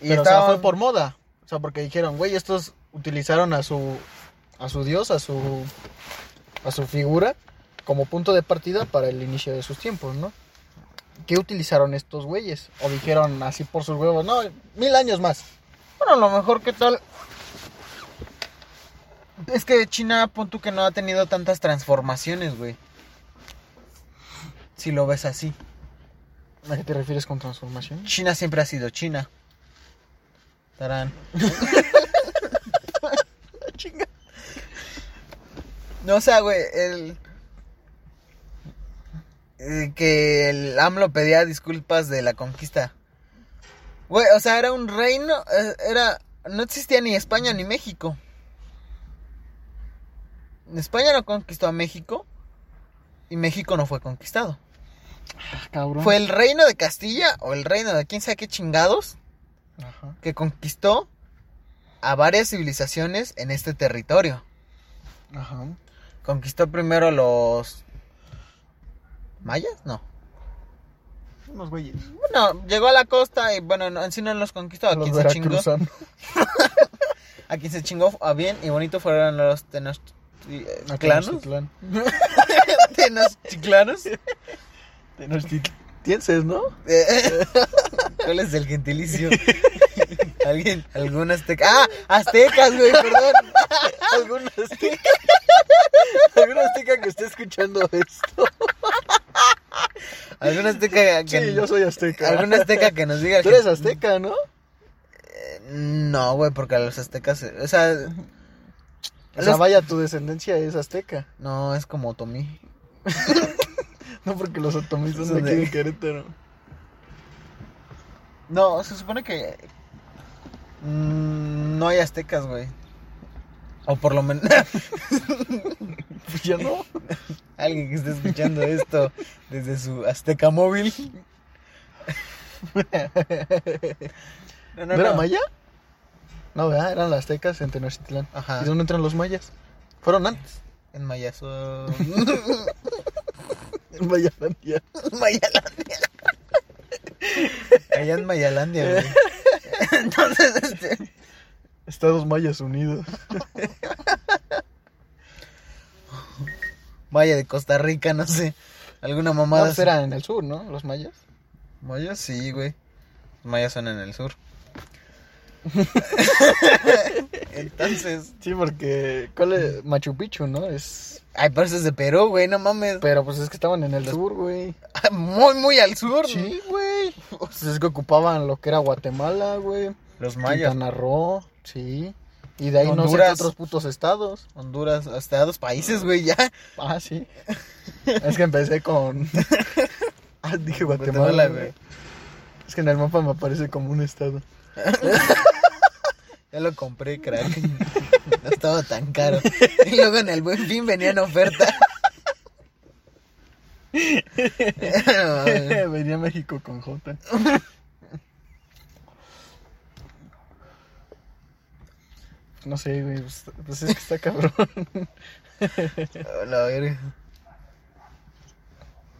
Y Pero, o sea, estaban- fue por moda. O sea, porque dijeron, güey, estos utilizaron a su a su dios, a su a su figura como punto de partida para el inicio de sus tiempos, ¿no? ¿Qué utilizaron estos güeyes? O dijeron así por sus huevos, no, mil años más. Bueno, a lo mejor, ¿qué tal? Es que China, pon tú que no ha tenido tantas transformaciones, güey. Si lo ves así. ¿A qué te refieres con transformación? China siempre ha sido China. Tarán. No, o sea, güey, el... eh, Que el AMLO pedía disculpas de la conquista. Güey, o sea, era un reino, eh, era... No existía ni España ni México. España no conquistó a México y México no fue conquistado. Ah, Cabrón. Fue el reino de Castilla o el reino de quién sabe qué chingados Ajá. que conquistó a varias civilizaciones en este territorio. Ajá. Conquistó primero a los mayas, no. Unos güeyes. Bueno, llegó a la costa y bueno, no, en sí no los conquistó, a Los quien se chingó. veracruzanos. A quien se chingó a bien y bonito fueron los eh, tenochtitlanos. Tenochtitlán. Tenochtitlanos. Tenochtitlenses, ¿no? Eh, ¿Cuál es el gentilicio? Alguien, algún azteca. Ah, aztecas, güey, perdón. Algún azteca. Algún azteca que esté escuchando esto. Algún azteca que Sí, yo soy azteca. algún azteca que nos diga Tú que- eres azteca, ¿no? Eh, No, güey, porque a los aztecas, eh, o sea, O sea, Los- vaya, tu descendencia es azteca. no es como otomí. No porque los otomistas Son son de aquí de- de Querétaro. No, se supone que mm, no hay aztecas, güey. O por lo menos Pues ya no. alguien que esté escuchando esto desde su azteca móvil. No, ¿No, no, era no. maya? No, ¿verdad? Eran las aztecas en Tenochtitlán. Ajá. ¿Y dónde entran los mayas? Fueron antes. En Mayazo. En Mayalandia. Mayalandia. Allá en Mayalandia, güey. Entonces, este. Estados mayas unidos. Maya de Costa Rica, no sé. Alguna mamada. Más eran en el sur, ¿no? Los mayas. Mayas sí, güey. Los mayas son en el sur. Entonces. Sí, porque ¿cuál es? Machu Picchu, ¿no? Es Ay, pero eso es de Perú, güey, no mames. pero pues es que estaban en el sur, güey. Muy, muy al sur. Sí, güey. Pues es que ocupaban lo que era Guatemala, güey. Los mayas. Quintana Roo, sí. Y de ahí no sé qué Honduras. otros putos estados. Honduras, hasta dos países, güey, ya. Ah, sí. es que empecé con. ah, dije Guatemala, Guatemala, güey. güey. Es que en el mapa me aparece como un estado. Ya lo compré, crack. No estaba tan caro. Y luego en el buen fin venía en oferta. Ah, No mames. Venía México con J. No sé, güey. Pues, pues es que está cabrón. A la verga.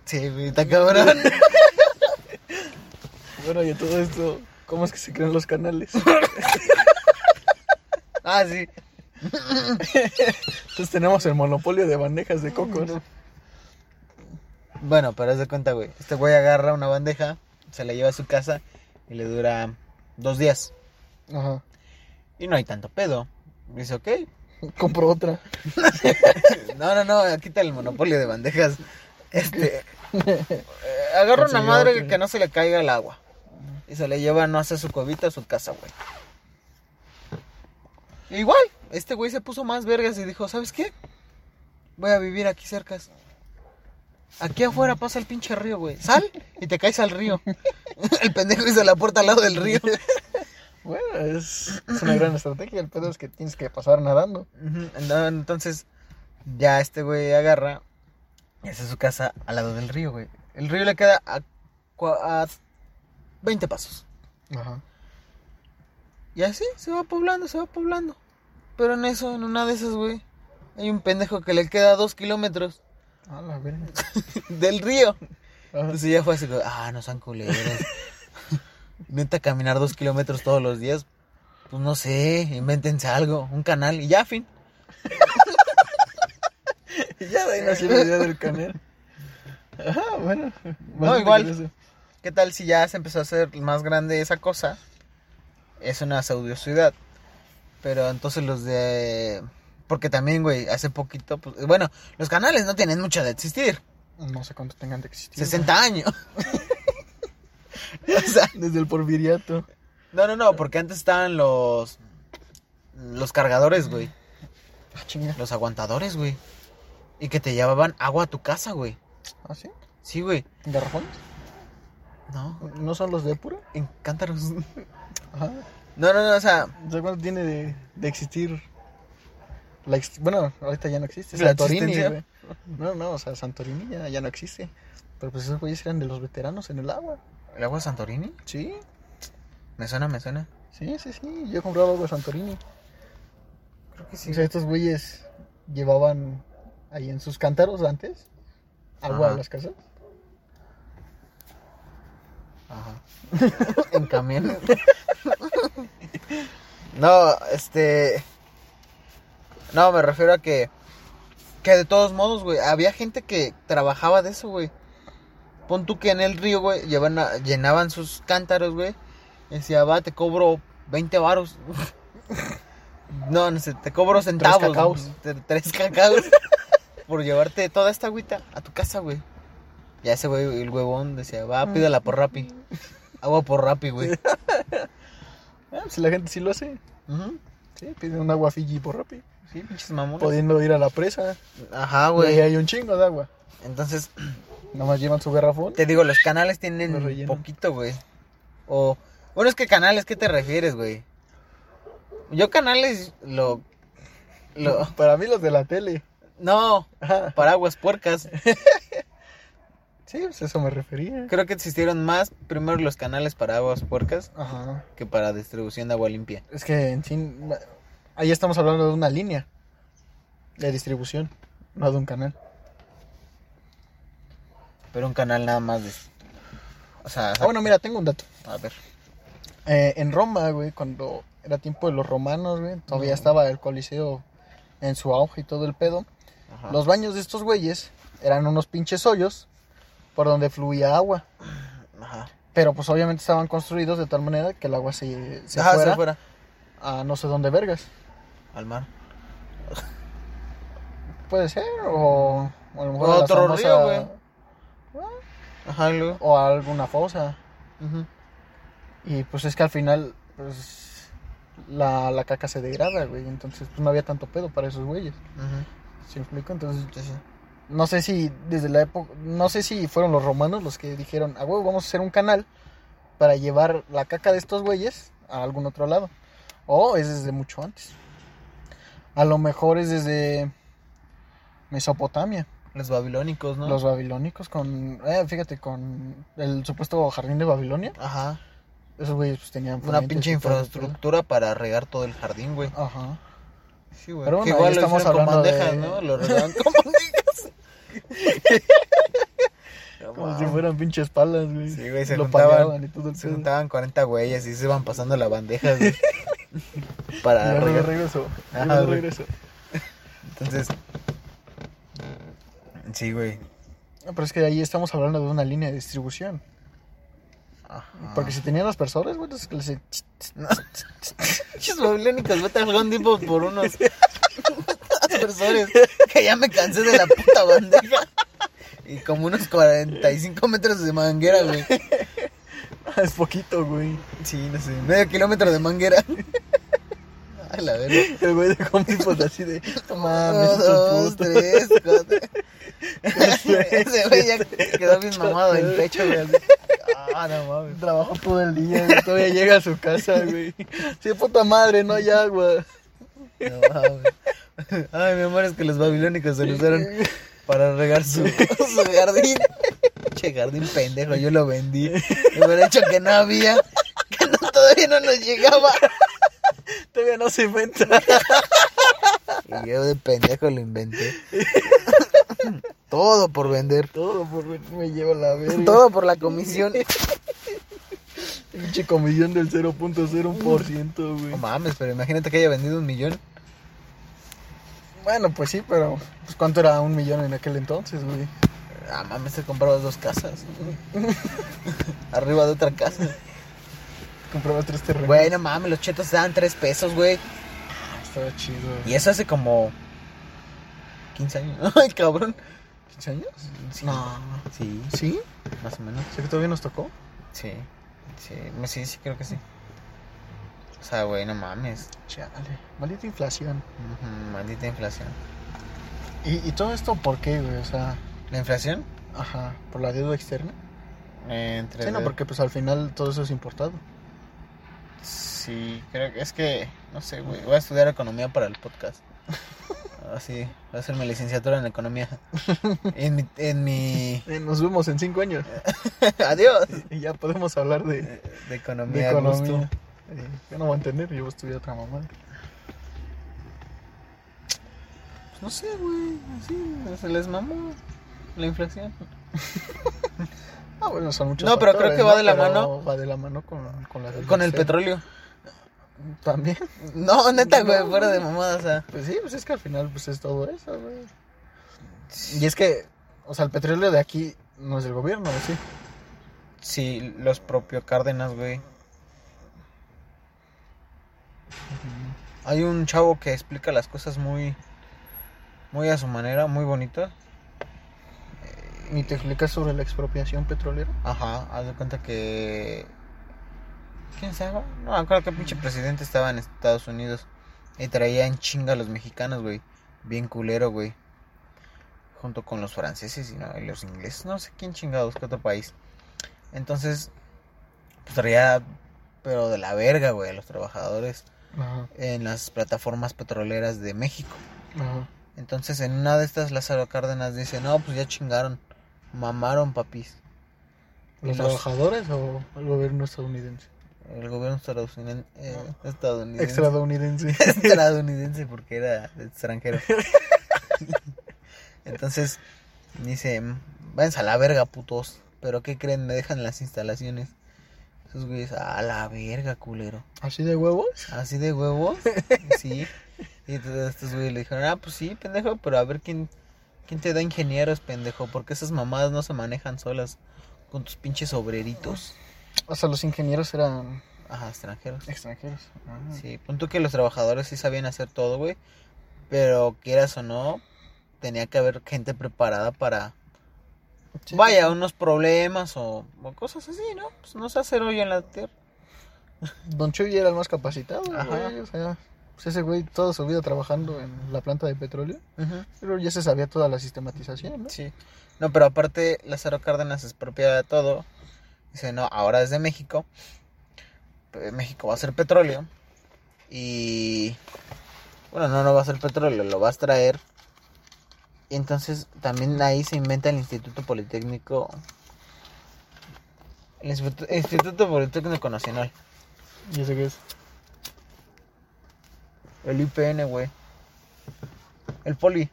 Sí, güey, está cabrón. bueno, y a todo esto, ¿cómo es que se crean los canales? Ah, sí. Entonces tenemos el monopolio de bandejas de cocos. Bueno, pero haz de cuenta, güey. Este güey agarra una bandeja, se la lleva a su casa y le dura dos días. Ajá. Y no hay tanto pedo. Dice, ok. Compro otra. No, no, no, quita el monopolio de bandejas. Este. eh, agarra una Consiguió madre otra. que no se le caiga el agua. Y se le lleva, no hace su cobita a su casa, güey. Igual, este güey se puso más vergas y dijo, ¿sabes qué? Voy a vivir aquí cerca. Aquí afuera pasa el pinche río, güey. Sal y te caes al río. El pendejo hizo la puerta al lado del río. Bueno, es, es una gran estrategia. El pedo es que tienes que pasar nadando. Ujú, ent- Entonces, ya este güey agarra. y Esa es su casa al lado del río, güey. El río le queda a, cua- a 20 pasos. Ajá. Y así se va poblando, se va poblando. Pero en eso, en una de esas, güey, hay un pendejo que le queda dos kilómetros A la verga. del río. Ajá. Entonces ya fue así, como, ah, no sean culeros. Neta, caminar dos kilómetros todos los días, pues no sé, invéntense algo, un canal y ya, fin. Y ya de ahí nació la idea del canal. Ajá, bueno. Bastante igual. curioso. ¿Qué tal si ya se empezó a hacer más grande esa cosa? Es una pseudo ciudad. Pero entonces los de... Porque también, güey, hace poquito... pues, bueno, los canales no tienen mucho de existir. No sé cuánto tengan de existir. 60 años. o sea, Desde el porfiriato. no, no, no, porque antes estaban los... Los cargadores, güey. Ah, chinga. Los aguantadores, güey. Y que te llevaban agua a tu casa, güey. ¿Ah, sí? Sí, güey. ¿Garrafones? No, ¿No son los de pura? en cántaros. Ajá. No, no, no, o sea... O sea, ¿cuánto tiene de, de existir? La ex- bueno, ahorita ya no existe. La Santorini, existencia. güey. No, no, o sea, Santorini ya, ya no existe. Pero pues esos güeyes eran de los veteranos en el agua. ¿El agua Santorini? Sí, Me suena, me suena. sí, sí, sí. Yo compraba agua de Santorini. Creo que O sea, estos güeyes llevaban ahí en sus cántaros antes agua Ajá. a las casas. Ajá. en camión. no, este. No, me refiero a que. Que de todos modos, güey. Había gente que trabajaba de eso, güey. Pon tú que en el río, güey, llevan a- llenaban sus cántaros, güey. Y decía, va, te cobro 20 varos. no, no sé, te cobro centavos. cacaos. te- Tres cacaos. por llevarte toda esta agüita a tu casa, güey. Ya ese güey, el huevón, decía, va, pídala por Rappi. Agua por Rappi, güey. Ah, pues la gente sí lo hace. Ujú. Sí, pide un agua Fiji por Rappi. Ah, Sí, pinches mamones. Pudiendo ir a la presa. Pues, Ajá, Y ahí güey. hay un chingo de agua. Entonces, Nomás llevan su garrafón. te digo, los canales Lo tienen rellenan. poquito, güey. O, bueno, es que canales, ¿qué te refieres, güey? Yo canales, lo, lo, Para mí los de la tele. no, Ajá. paraguas puercas. Sí, pues eso me refería. Creo que existieron más primero los canales para aguas puercas Ajá. que para distribución de agua limpia. Es que en fin, ma- ahí estamos hablando de una línea de distribución, no de un canal. Pero un canal nada más de, o sea, Ah, bueno, mira, tengo un dato. a ver. Eh, en Roma, güey, cuando era tiempo de los romanos, güey, todavía estaba el Coliseo en su auge y todo el pedo. Ajá. Los baños de estos güeyes eran unos pinches hoyos por donde fluía agua. Ajá. Pero pues obviamente estaban construidos de tal manera que el agua se, se Ajá, fuera se fuera. a no sé dónde vergas. Al mar. Puede ser, o, o a lo mejor O a la otro famosa- río, güey. Ajá, y luego. o a alguna fosa. Ujú. Y pues es que al final, pues, la, la caca se degrada, güey. Entonces, pues no había tanto pedo para esos güeyes. Ujú. ¿Se me explico? Entonces, Sí, sí. no sé si desde la época, no sé si fueron los romanos los que dijeron, ah, güey, vamos a hacer un canal para llevar la caca de estos güeyes a algún otro lado. O es desde mucho antes. A lo mejor es desde Mesopotamia, Los babilónicos, ¿no? los babilónicos con, eh, fíjate, con el supuesto jardín de Babilonia. Ajá. Esos güeyes pues tenían... Una fuentes pinche y todo el infraestructura para regar todo el jardín, güey. pedo. Ajá. Sí, güey. Pero Que bueno, igual ahí lo estamos hicieron con hablando de- bandejas, ¿no? Lo regaban con bandejas. No Como si mames. fueran pinches palas, güey. Sí, güey, se Lo juntaban- pagaban y todo el Se pedo. juntaban 40 güeyes y se iban pasando la bandeja, güey. para Ya no regar. regreso. Ajá, Ya no güey. regreso. Entonces. Sí, güey. No, pero es que ahí estamos hablando de una línea de distribución. Ajá. Porque si tenían los personas, güey, entonces les... Pinches babilónicos, vete al Home Depot por unos aspersores. Que ya me cansé de la puta bandeja. Y como unos 45 metros de manguera, güey. es poquito, güey. Sí, no sé. Medio kilómetro de manguera. A la verga. El güey de Home Depot así de... "No Mames, Uno, estos dos, putos". tres, cuatro. Ese güey ya quedó bien mamado del pecho, güey. así. Ah, no mames. Trabajó todo el día, güey, todavía llega a su casa, güey. Sí, puta madre, no hay agua. No mames. Ay, mi amor, es que los babilónicos se lo usaron para regar su, su jardín. Che, jardín pendejo, yo lo vendí. Me hubiera dicho que no había, que no todavía no nos llegaba. Todavía no se inventa. Y yo de pendejo lo inventé. Todo por vender. Todo por ver- me lleva la verga. Todo por la comisión. Pinche comisión del 0.01%, No güey. mames, pero imagínate que haya vendido un millón. Bueno, pues sí, pero pues, ¿cuánto era un millón en aquel entonces, güey? Ah, mames, te comprabas dos casas. Arriba de otra casa. Compraba tres terrenos. Güey, no mames, los chetos daban tres pesos, güey. Estaba chido. Y eso hace como 15 años. Ay, cabrón. ¿15 años? No. Sí, ¿Sí? más o menos. ¿O sea que todavía nos tocó? Sí. Sí, me- sí, sí, creo que sí. O sea, güey, no mames. Chale. Maldita inflación. Ujú, Maldita inflación. ¿Y, y todo esto por qué, güey? O sea, ¿La inflación? ajá, ¿por la deuda externa? Eh, entre Sí, no, de- porque pues al final todo eso es importado. Sí, creo que es que, no sé, güey, voy a estudiar economía para el podcast. Así, voy a hacer mi licenciatura en economía. En mi, en mi... Eh, nos vemos en 5 años Adiós. y ya podemos hablar de, De de economía. a Eh, gusto. economía. Eh, yo no voy a entender, yo voy a estudiar otra mamada. Pues no sé, güey, así, se les mamó la inflación. Ah, bueno, son muchos No, pero creo factores, que va de la Pero mano- Va de la mano con, con la deuda Con el externa. petróleo. También. No, neta, güey, No, fuera de güey. mamada, o sea. Pues sí, pues es que al final pues es todo eso, güey. Y es que, O sea, el petróleo de aquí no es del gobierno, ¿o ¿sí? sí, los propios Cárdenas, güey. Hay un chavo que explica las cosas muy, muy a su manera, muy bonito. Eh, Ni te explicas sobre la expropiación petrolera. Ajá, haz de cuenta que. ¿Quién sabe? No, me acuerdo que el pinche presidente estaba en Estados Unidos y traía en chinga a los mexicanos, güey. Bien culero, güey. Junto con los franceses y, no, y los ingleses, no sé quién chingados, qué otro país. Entonces, pues traía, pero de la verga, güey, a los trabajadores Ajá, en las plataformas petroleras de México. ajá. Entonces en una de estas Lázaro Cárdenas dice, no, pues ya chingaron, mamaron papis. ¿Los Los- trabajadores o el gobierno estadounidense? El gobierno estadounidense, eh, estadounidense, Estadounidense. estadounidense porque era extranjero. Entonces dice, váyanse a la verga, putos. Pero ¿qué creen? Me dejan las instalaciones. Esos güeyes, a la verga, culero. ¿Así de huevos? Así de huevos. Sí. Y entonces estos güeyes le dijeron, ah, pues sí, pendejo, pero a ver quién, quién te da ingenieros, pendejo. Porque esas mamadas no se manejan solas con tus pinches obreritos. O sea, los ingenieros eran Ajá, extranjeros. extranjeros. Ah, Sí, punto que los trabajadores sí sabían hacer todo, güey. Pero quieras o no, tenía que haber gente preparada para, Sí. vaya, unos problemas o, o cosas así, ¿no? Pues no se hacer hoy en la tierra. Don Chuy era el más capacitado, Ajá. güey. O sea, pues ese güey toda su vida trabajando en la planta de petróleo. Pero ya se sabía toda la sistematización, ¿no? Sí. No, pero aparte, Lázaro Cárdenas es propia de todo. Dice, no, ahora es de México. Pe- México va a ser petróleo. Y. Bueno, no, no va a ser petróleo, lo vas a traer. Y entonces también ahí se inventa el Instituto Politécnico. El Instituto, Instituto Politécnico Nacional. ¿Y ese qué es? El IPN, güey. El Poli.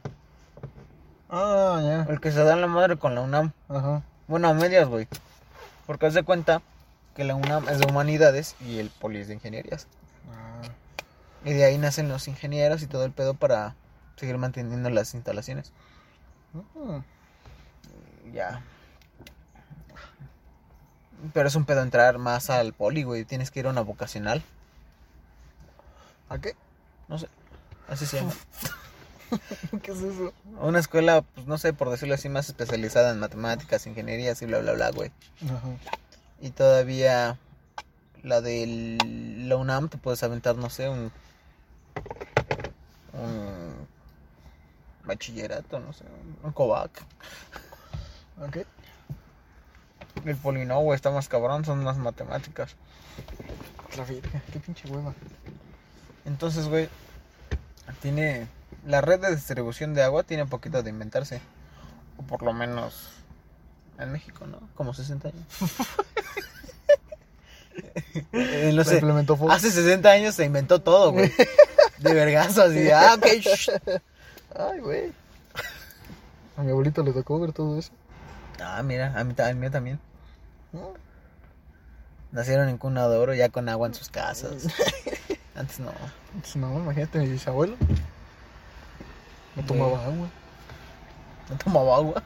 Ah, ya. El que se da la madre con la UNAM. Ajá. Bueno, a medias, güey. Porque haz de cuenta que la UNAM es de humanidades y el poli es de ingenierías. Ah. Y de ahí nacen los ingenieros y todo el pedo para seguir manteniendo las instalaciones. Mm. Ya. Pero es un pedo entrar más al poli, güey. Tienes que ir a una vocacional. ¿A qué? No sé. Así se llama. ¿Qué es eso? Una escuela, pues no sé, por decirlo así, más especializada en matemáticas, ingenierías y bla, bla, bla, güey. Ajá. Y todavía la de la UNAM te puedes aventar, no sé, un, un bachillerato, no sé, un- un COVAC. Ok. El polino, güey, está más cabrón, son más matemáticas. La virgen, qué pinche hueva. Entonces, güey, tiene. La red de distribución de agua tiene poquito de inventarse. O por lo menos en México, ¿no? Como 60 años. Eh, no Se sé. implementó fuego. Hace 60 años se inventó todo, güey. De vergazo, así. Ah, ok. shh. Ay, güey. A mi abuelito le tocó ver todo eso. Ah, mira, a mí, ta- a mí también. ¿no? Nacieron en cuna de oro ya con agua en sus casas. Antes no. Pues no, imagínate, mi bisabuelo. No tomaba agua. No tomaba agua.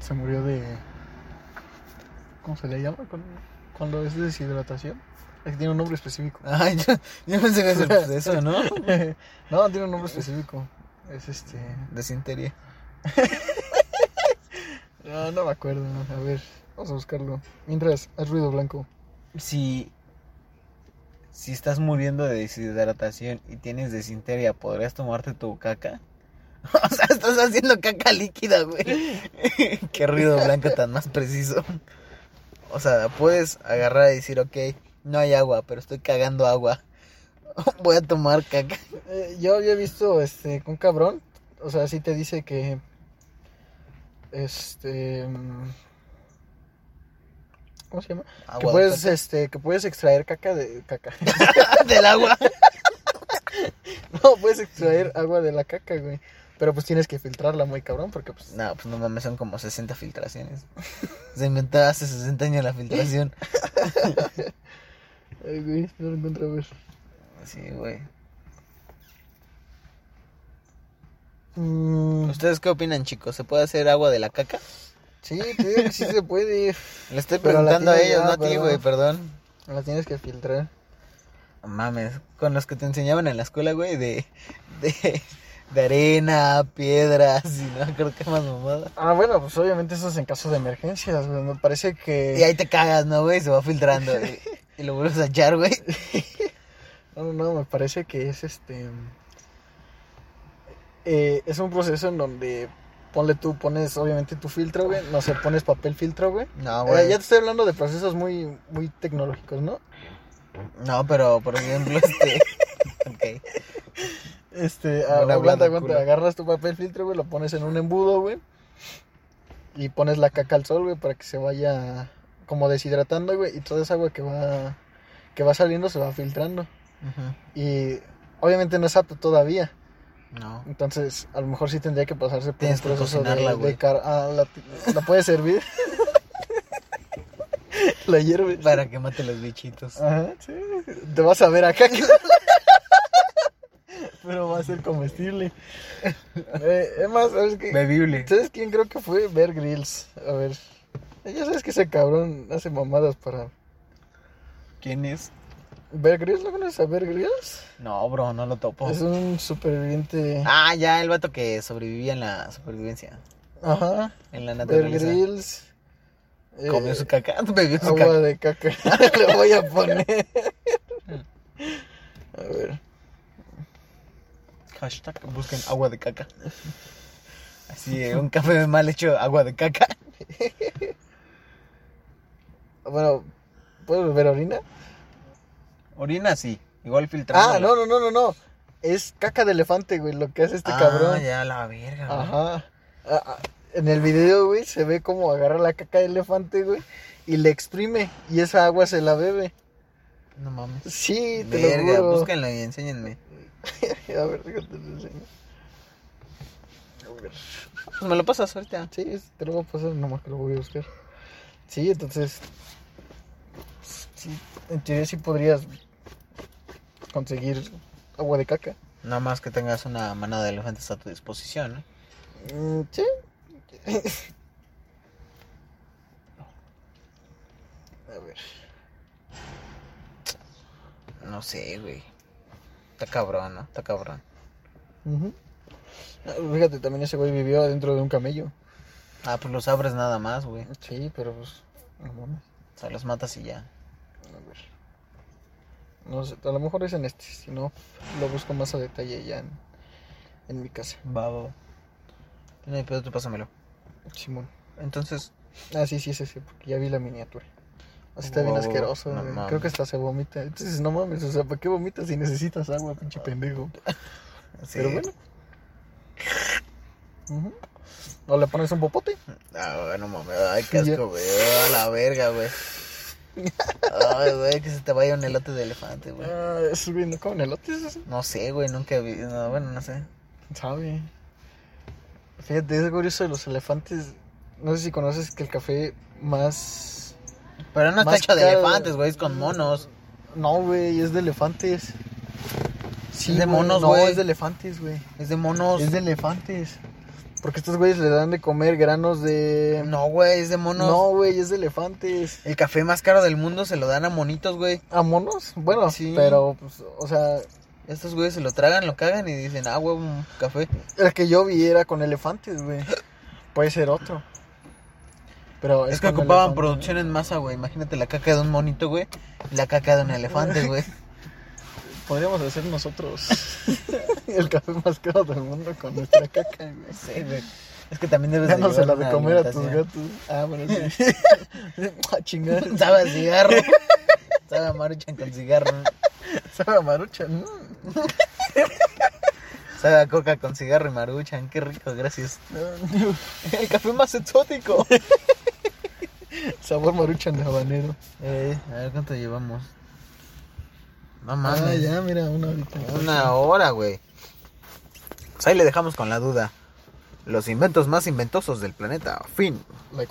Se murió de. ¿Cómo se le llama? Cuando, cuando es deshidratación. Es que tiene un nombre específico. Ay, yo, yo pensé que eso, pues, eso, ¿no? no, tiene un nombre específico. Es este. Desintería. No, no me acuerdo. A ver, vamos a buscarlo. Mientras, haz ruido blanco. Si. Si estás muriendo de deshidratación y tienes desinteria, ¿podrías tomarte tu caca? O sea, estás haciendo caca líquida, güey. Qué ruido blanco tan más preciso. O sea, puedes agarrar y decir, ok, no hay agua, pero estoy cagando agua. Voy a tomar caca. Eh, yo había visto este con un cabrón, o sea, sí te dice que este mm, ¿cómo se llama? Agua que de puedes caca. este que puedes extraer caca de caca. del agua. no, puedes extraer agua de la caca, güey. Pero pues tienes que filtrarla muy cabrón porque pues No, pues no mames, son como 60 filtraciones. Se inventó hace 60 años la filtración. ay, güey, no lo encuentro a ver. Sí, güey. Mm, ¿Ustedes qué opinan, chicos? ¿Se puede hacer agua de la caca? sí, te digo que sí se puede. Le estoy Pero la preguntando a tiene ellos, ya, no a ti, perdón. güey, perdón. La tienes que filtrar. No Mames, con los que te enseñaban en la escuela, güey, de, de, de arena, piedras y no creo que más mamada. Ah, bueno, pues obviamente eso es en caso de emergencias, güey. Me parece que Y ahí te cagas, ¿no, güey? Se va filtrando güey. y lo vuelves a echar, güey. No, no, no, me parece que es este. eh, es un proceso en donde ponle tú, pones obviamente tu filtro, güey. No sé, pones papel filtro, güey. No, Eh, güey. ya te estoy hablando de procesos muy, muy tecnológicos, ¿no? No, pero por ejemplo, este. Ok. Este, No ah, le hablan aguanta, al aguanta. culo. Agarras tu papel filtro, güey, lo pones en un embudo, güey. Y pones la caca al sol, güey, para que se vaya como deshidratando, güey. Y toda esa agua que va, que va saliendo se va filtrando. Ujú. Y obviamente no es apto todavía. No. Entonces, a lo mejor sí tendría que pasarse por Tienes que un proceso de, cocinarla, de güey. car- ah, la, la puede servir. la hierve. Para que mate los bichitos. Ajá, sí. Te vas a ver acá. Pero va a ser comestible. Eh, es más, ¿sabes qué? Bebible. ¿Sabes quién creo que fue? Bear Grylls. A ver. Ya sabes que ese cabrón hace mamadas para... ¿Quién es? ¿Bear Grylls? ¿Lo conoces a Bear Grylls? No, bro, no lo topo. Es un superviviente... Ah, ya, el vato que sobrevivía en la supervivencia. Ajá. En la Bear naturaleza. Grylls. Eh, Comió su caca, bebió su Agua caca. de caca. Le voy a poner. A ver. Hashtag busquen agua de caca. Así, eh, un café mal hecho, agua de caca. Bueno, ¿puedes ver orina? Orina, sí. Igual filtrado. Ah, no, no, no, no, no. Es caca de elefante, güey, lo que hace este cabrón. Ah, ya, la verga. güey. Ajá. Ah, ah, En el video, güey, se ve como agarra la caca de elefante, güey, y le exprime. Y esa agua se la bebe. No mames. Sí, te Verga, lo juro. búsquenlo y enséñenme. A ver, déjate lo enseño. A ver. Pues me lo pasas ahorita. Sí, es- te lo voy a pasar, nomás que lo voy a buscar. Sí, entonces. Sí, en teoría sí podrías conseguir agua de caca. Nada más que tengas una manada de elefantes a tu disposición, ¿eh? ¿no? Mm, sí. a ver. No sé, güey. Está cabrón, ¿no? Está cabrón. Ujú. Ah, Fíjate, también ese güey vivió adentro de un camello. Ah, pues los abres nada más, güey. Sí, pero pues. No mames. O sea, los matas y ya. A ver. No sé, a lo mejor es en este, si no, lo busco más a detalle ya en, en mi casa. Babo. No hay pedo, tú pásamelo. Simón. Entonces, Ah, sí, sí, es ese, porque ya vi la miniatura. Así está bien Wow, asqueroso. no güey. mames. Creo que hasta se vomita. Entonces, no mames, o sea, ¿para qué vomitas si necesitas agua, pinche pendejo? sí. Pero bueno. Ujú. O le pones un popote. Ah, no mames, ay, qué Sí, ya. asco, güey. A la verga, güey. Ay, güey, que se te vaya un elote de elefante, güey. Ah, es bien con elotes, es- No sé, güey, nunca vi. No, bueno, no sé. sabe. Fíjate, es curioso de los elefantes. No sé si conoces que el café más. Pero no está Más hecho de caro. elefantes, güey, es con monos. No, güey, es de elefantes. Es de güey, monos, no, güey. es de elefantes, güey. Es de monos. Es de elefantes. Porque estos güeyes le dan de comer granos de. No, güey, es de monos. No, güey, es de elefantes. El café más caro del mundo se lo dan a monitos, güey. ¿A monos? Bueno, Sí. pero, pues, o sea, Estos güeyes se lo tragan, lo cagan y dicen, ah, güey, un café. el que yo vi era con elefantes, güey. Puede ser otro. Pero Es que con ocupaban elefante. producción en masa, güey. Imagínate la caca de un monito, güey. Y la caca de un elefante, güey. Podríamos hacer nosotros el café más caro del mundo con nuestra caca, güey. Sí, güey. Es que también debes Dándosela llevar de una comer a tus alimentación. gatos. Ah, bueno, sí. a chingar. Sabe a cigarro. Sabe a maruchan con cigarro. Sabe a marucha. mm. Sabe a coca con cigarro y maruchan. Qué rico, gracias. El café más exótico. Sabor maruchan de habanero. Eh, a ver cuánto llevamos. No Ah, mames. ya, mira, una ahorita. Una hora, güey. Pues ahí le dejamos con la duda. Los inventos más inventosos del planeta. Fin. La